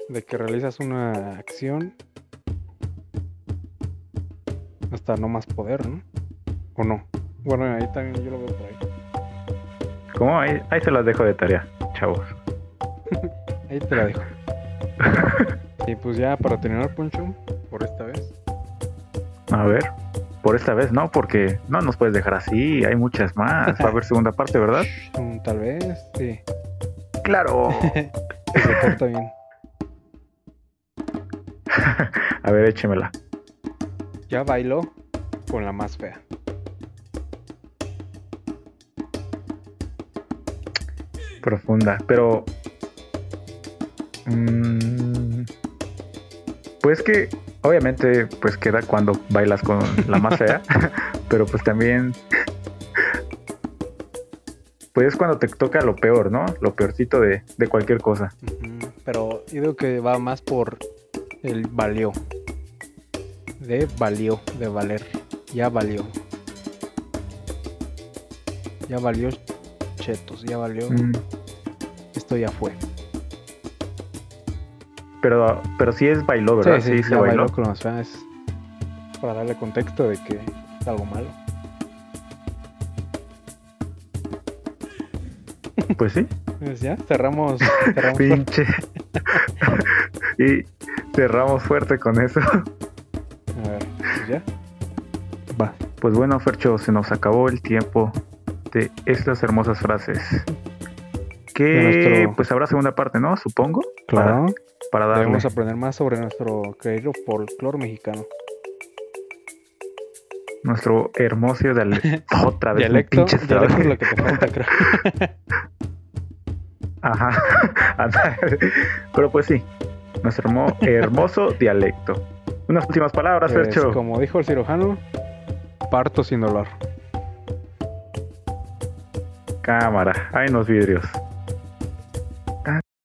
Speaker 2: De que realizas una acción. Hasta no más poder, ¿no? ¿O no? Bueno, ahí también yo lo veo por ahí.
Speaker 1: ¿Cómo? Ahí, ahí se las dejo de tarea, chavos.
Speaker 2: Ahí te la dejo. y pues ya para terminar, Poncho, por esta vez.
Speaker 1: A ver, por esta vez no, porque no nos puedes dejar así, hay muchas más. Va a haber segunda parte, ¿verdad?
Speaker 2: Mm, Tal vez, sí.
Speaker 1: ¡Claro!
Speaker 2: que Se porta bien.
Speaker 1: A ver, échemela.
Speaker 2: Ya bailó con la más fea.
Speaker 1: Profunda, pero... mm, pues que, obviamente, pues queda cuando bailas con la más fea, pero pues también... Pues es cuando te toca lo peor, ¿no? Lo peorcito de, de cualquier cosa.
Speaker 2: Ujú, Pero yo digo que va más por el valió. De valió, de valer. Ya valió. Ya valió chetos, ya valió.
Speaker 1: Mm.
Speaker 2: Esto ya fue.
Speaker 1: Pero, pero sí es bailó, ¿verdad? Sí, se
Speaker 2: ya
Speaker 1: bailó.
Speaker 2: con la más fea. Es para darle contexto de que es algo malo.
Speaker 1: Pues sí.
Speaker 2: Pues ya, cerramos. cerramos
Speaker 1: Pinche. y cerramos fuerte con eso.
Speaker 2: A ver, pues ya. Va.
Speaker 1: Pues bueno, Fercho, se nos acabó el tiempo de estas hermosas frases.
Speaker 2: De
Speaker 1: Que
Speaker 2: nuestro-
Speaker 1: pues habrá segunda parte, ¿no? Supongo.
Speaker 2: Claro,
Speaker 1: Para, para darle.
Speaker 2: debemos aprender más sobre nuestro querido folclore mexicano.
Speaker 1: Nuestro hermoso dialecto. Otra vez. un
Speaker 2: Dialecto,
Speaker 1: pinche
Speaker 2: dialecto es
Speaker 1: trabe.
Speaker 2: lo que te falta, creo.
Speaker 1: Ajá. Anda. Pero pues sí. Nuestro hermo- hermoso dialecto. Unas últimas palabras,
Speaker 2: Pues,
Speaker 1: Fercho.
Speaker 2: como dijo el cirujano, parto sin dolor.
Speaker 1: Cámara. Ahí en los vidrios.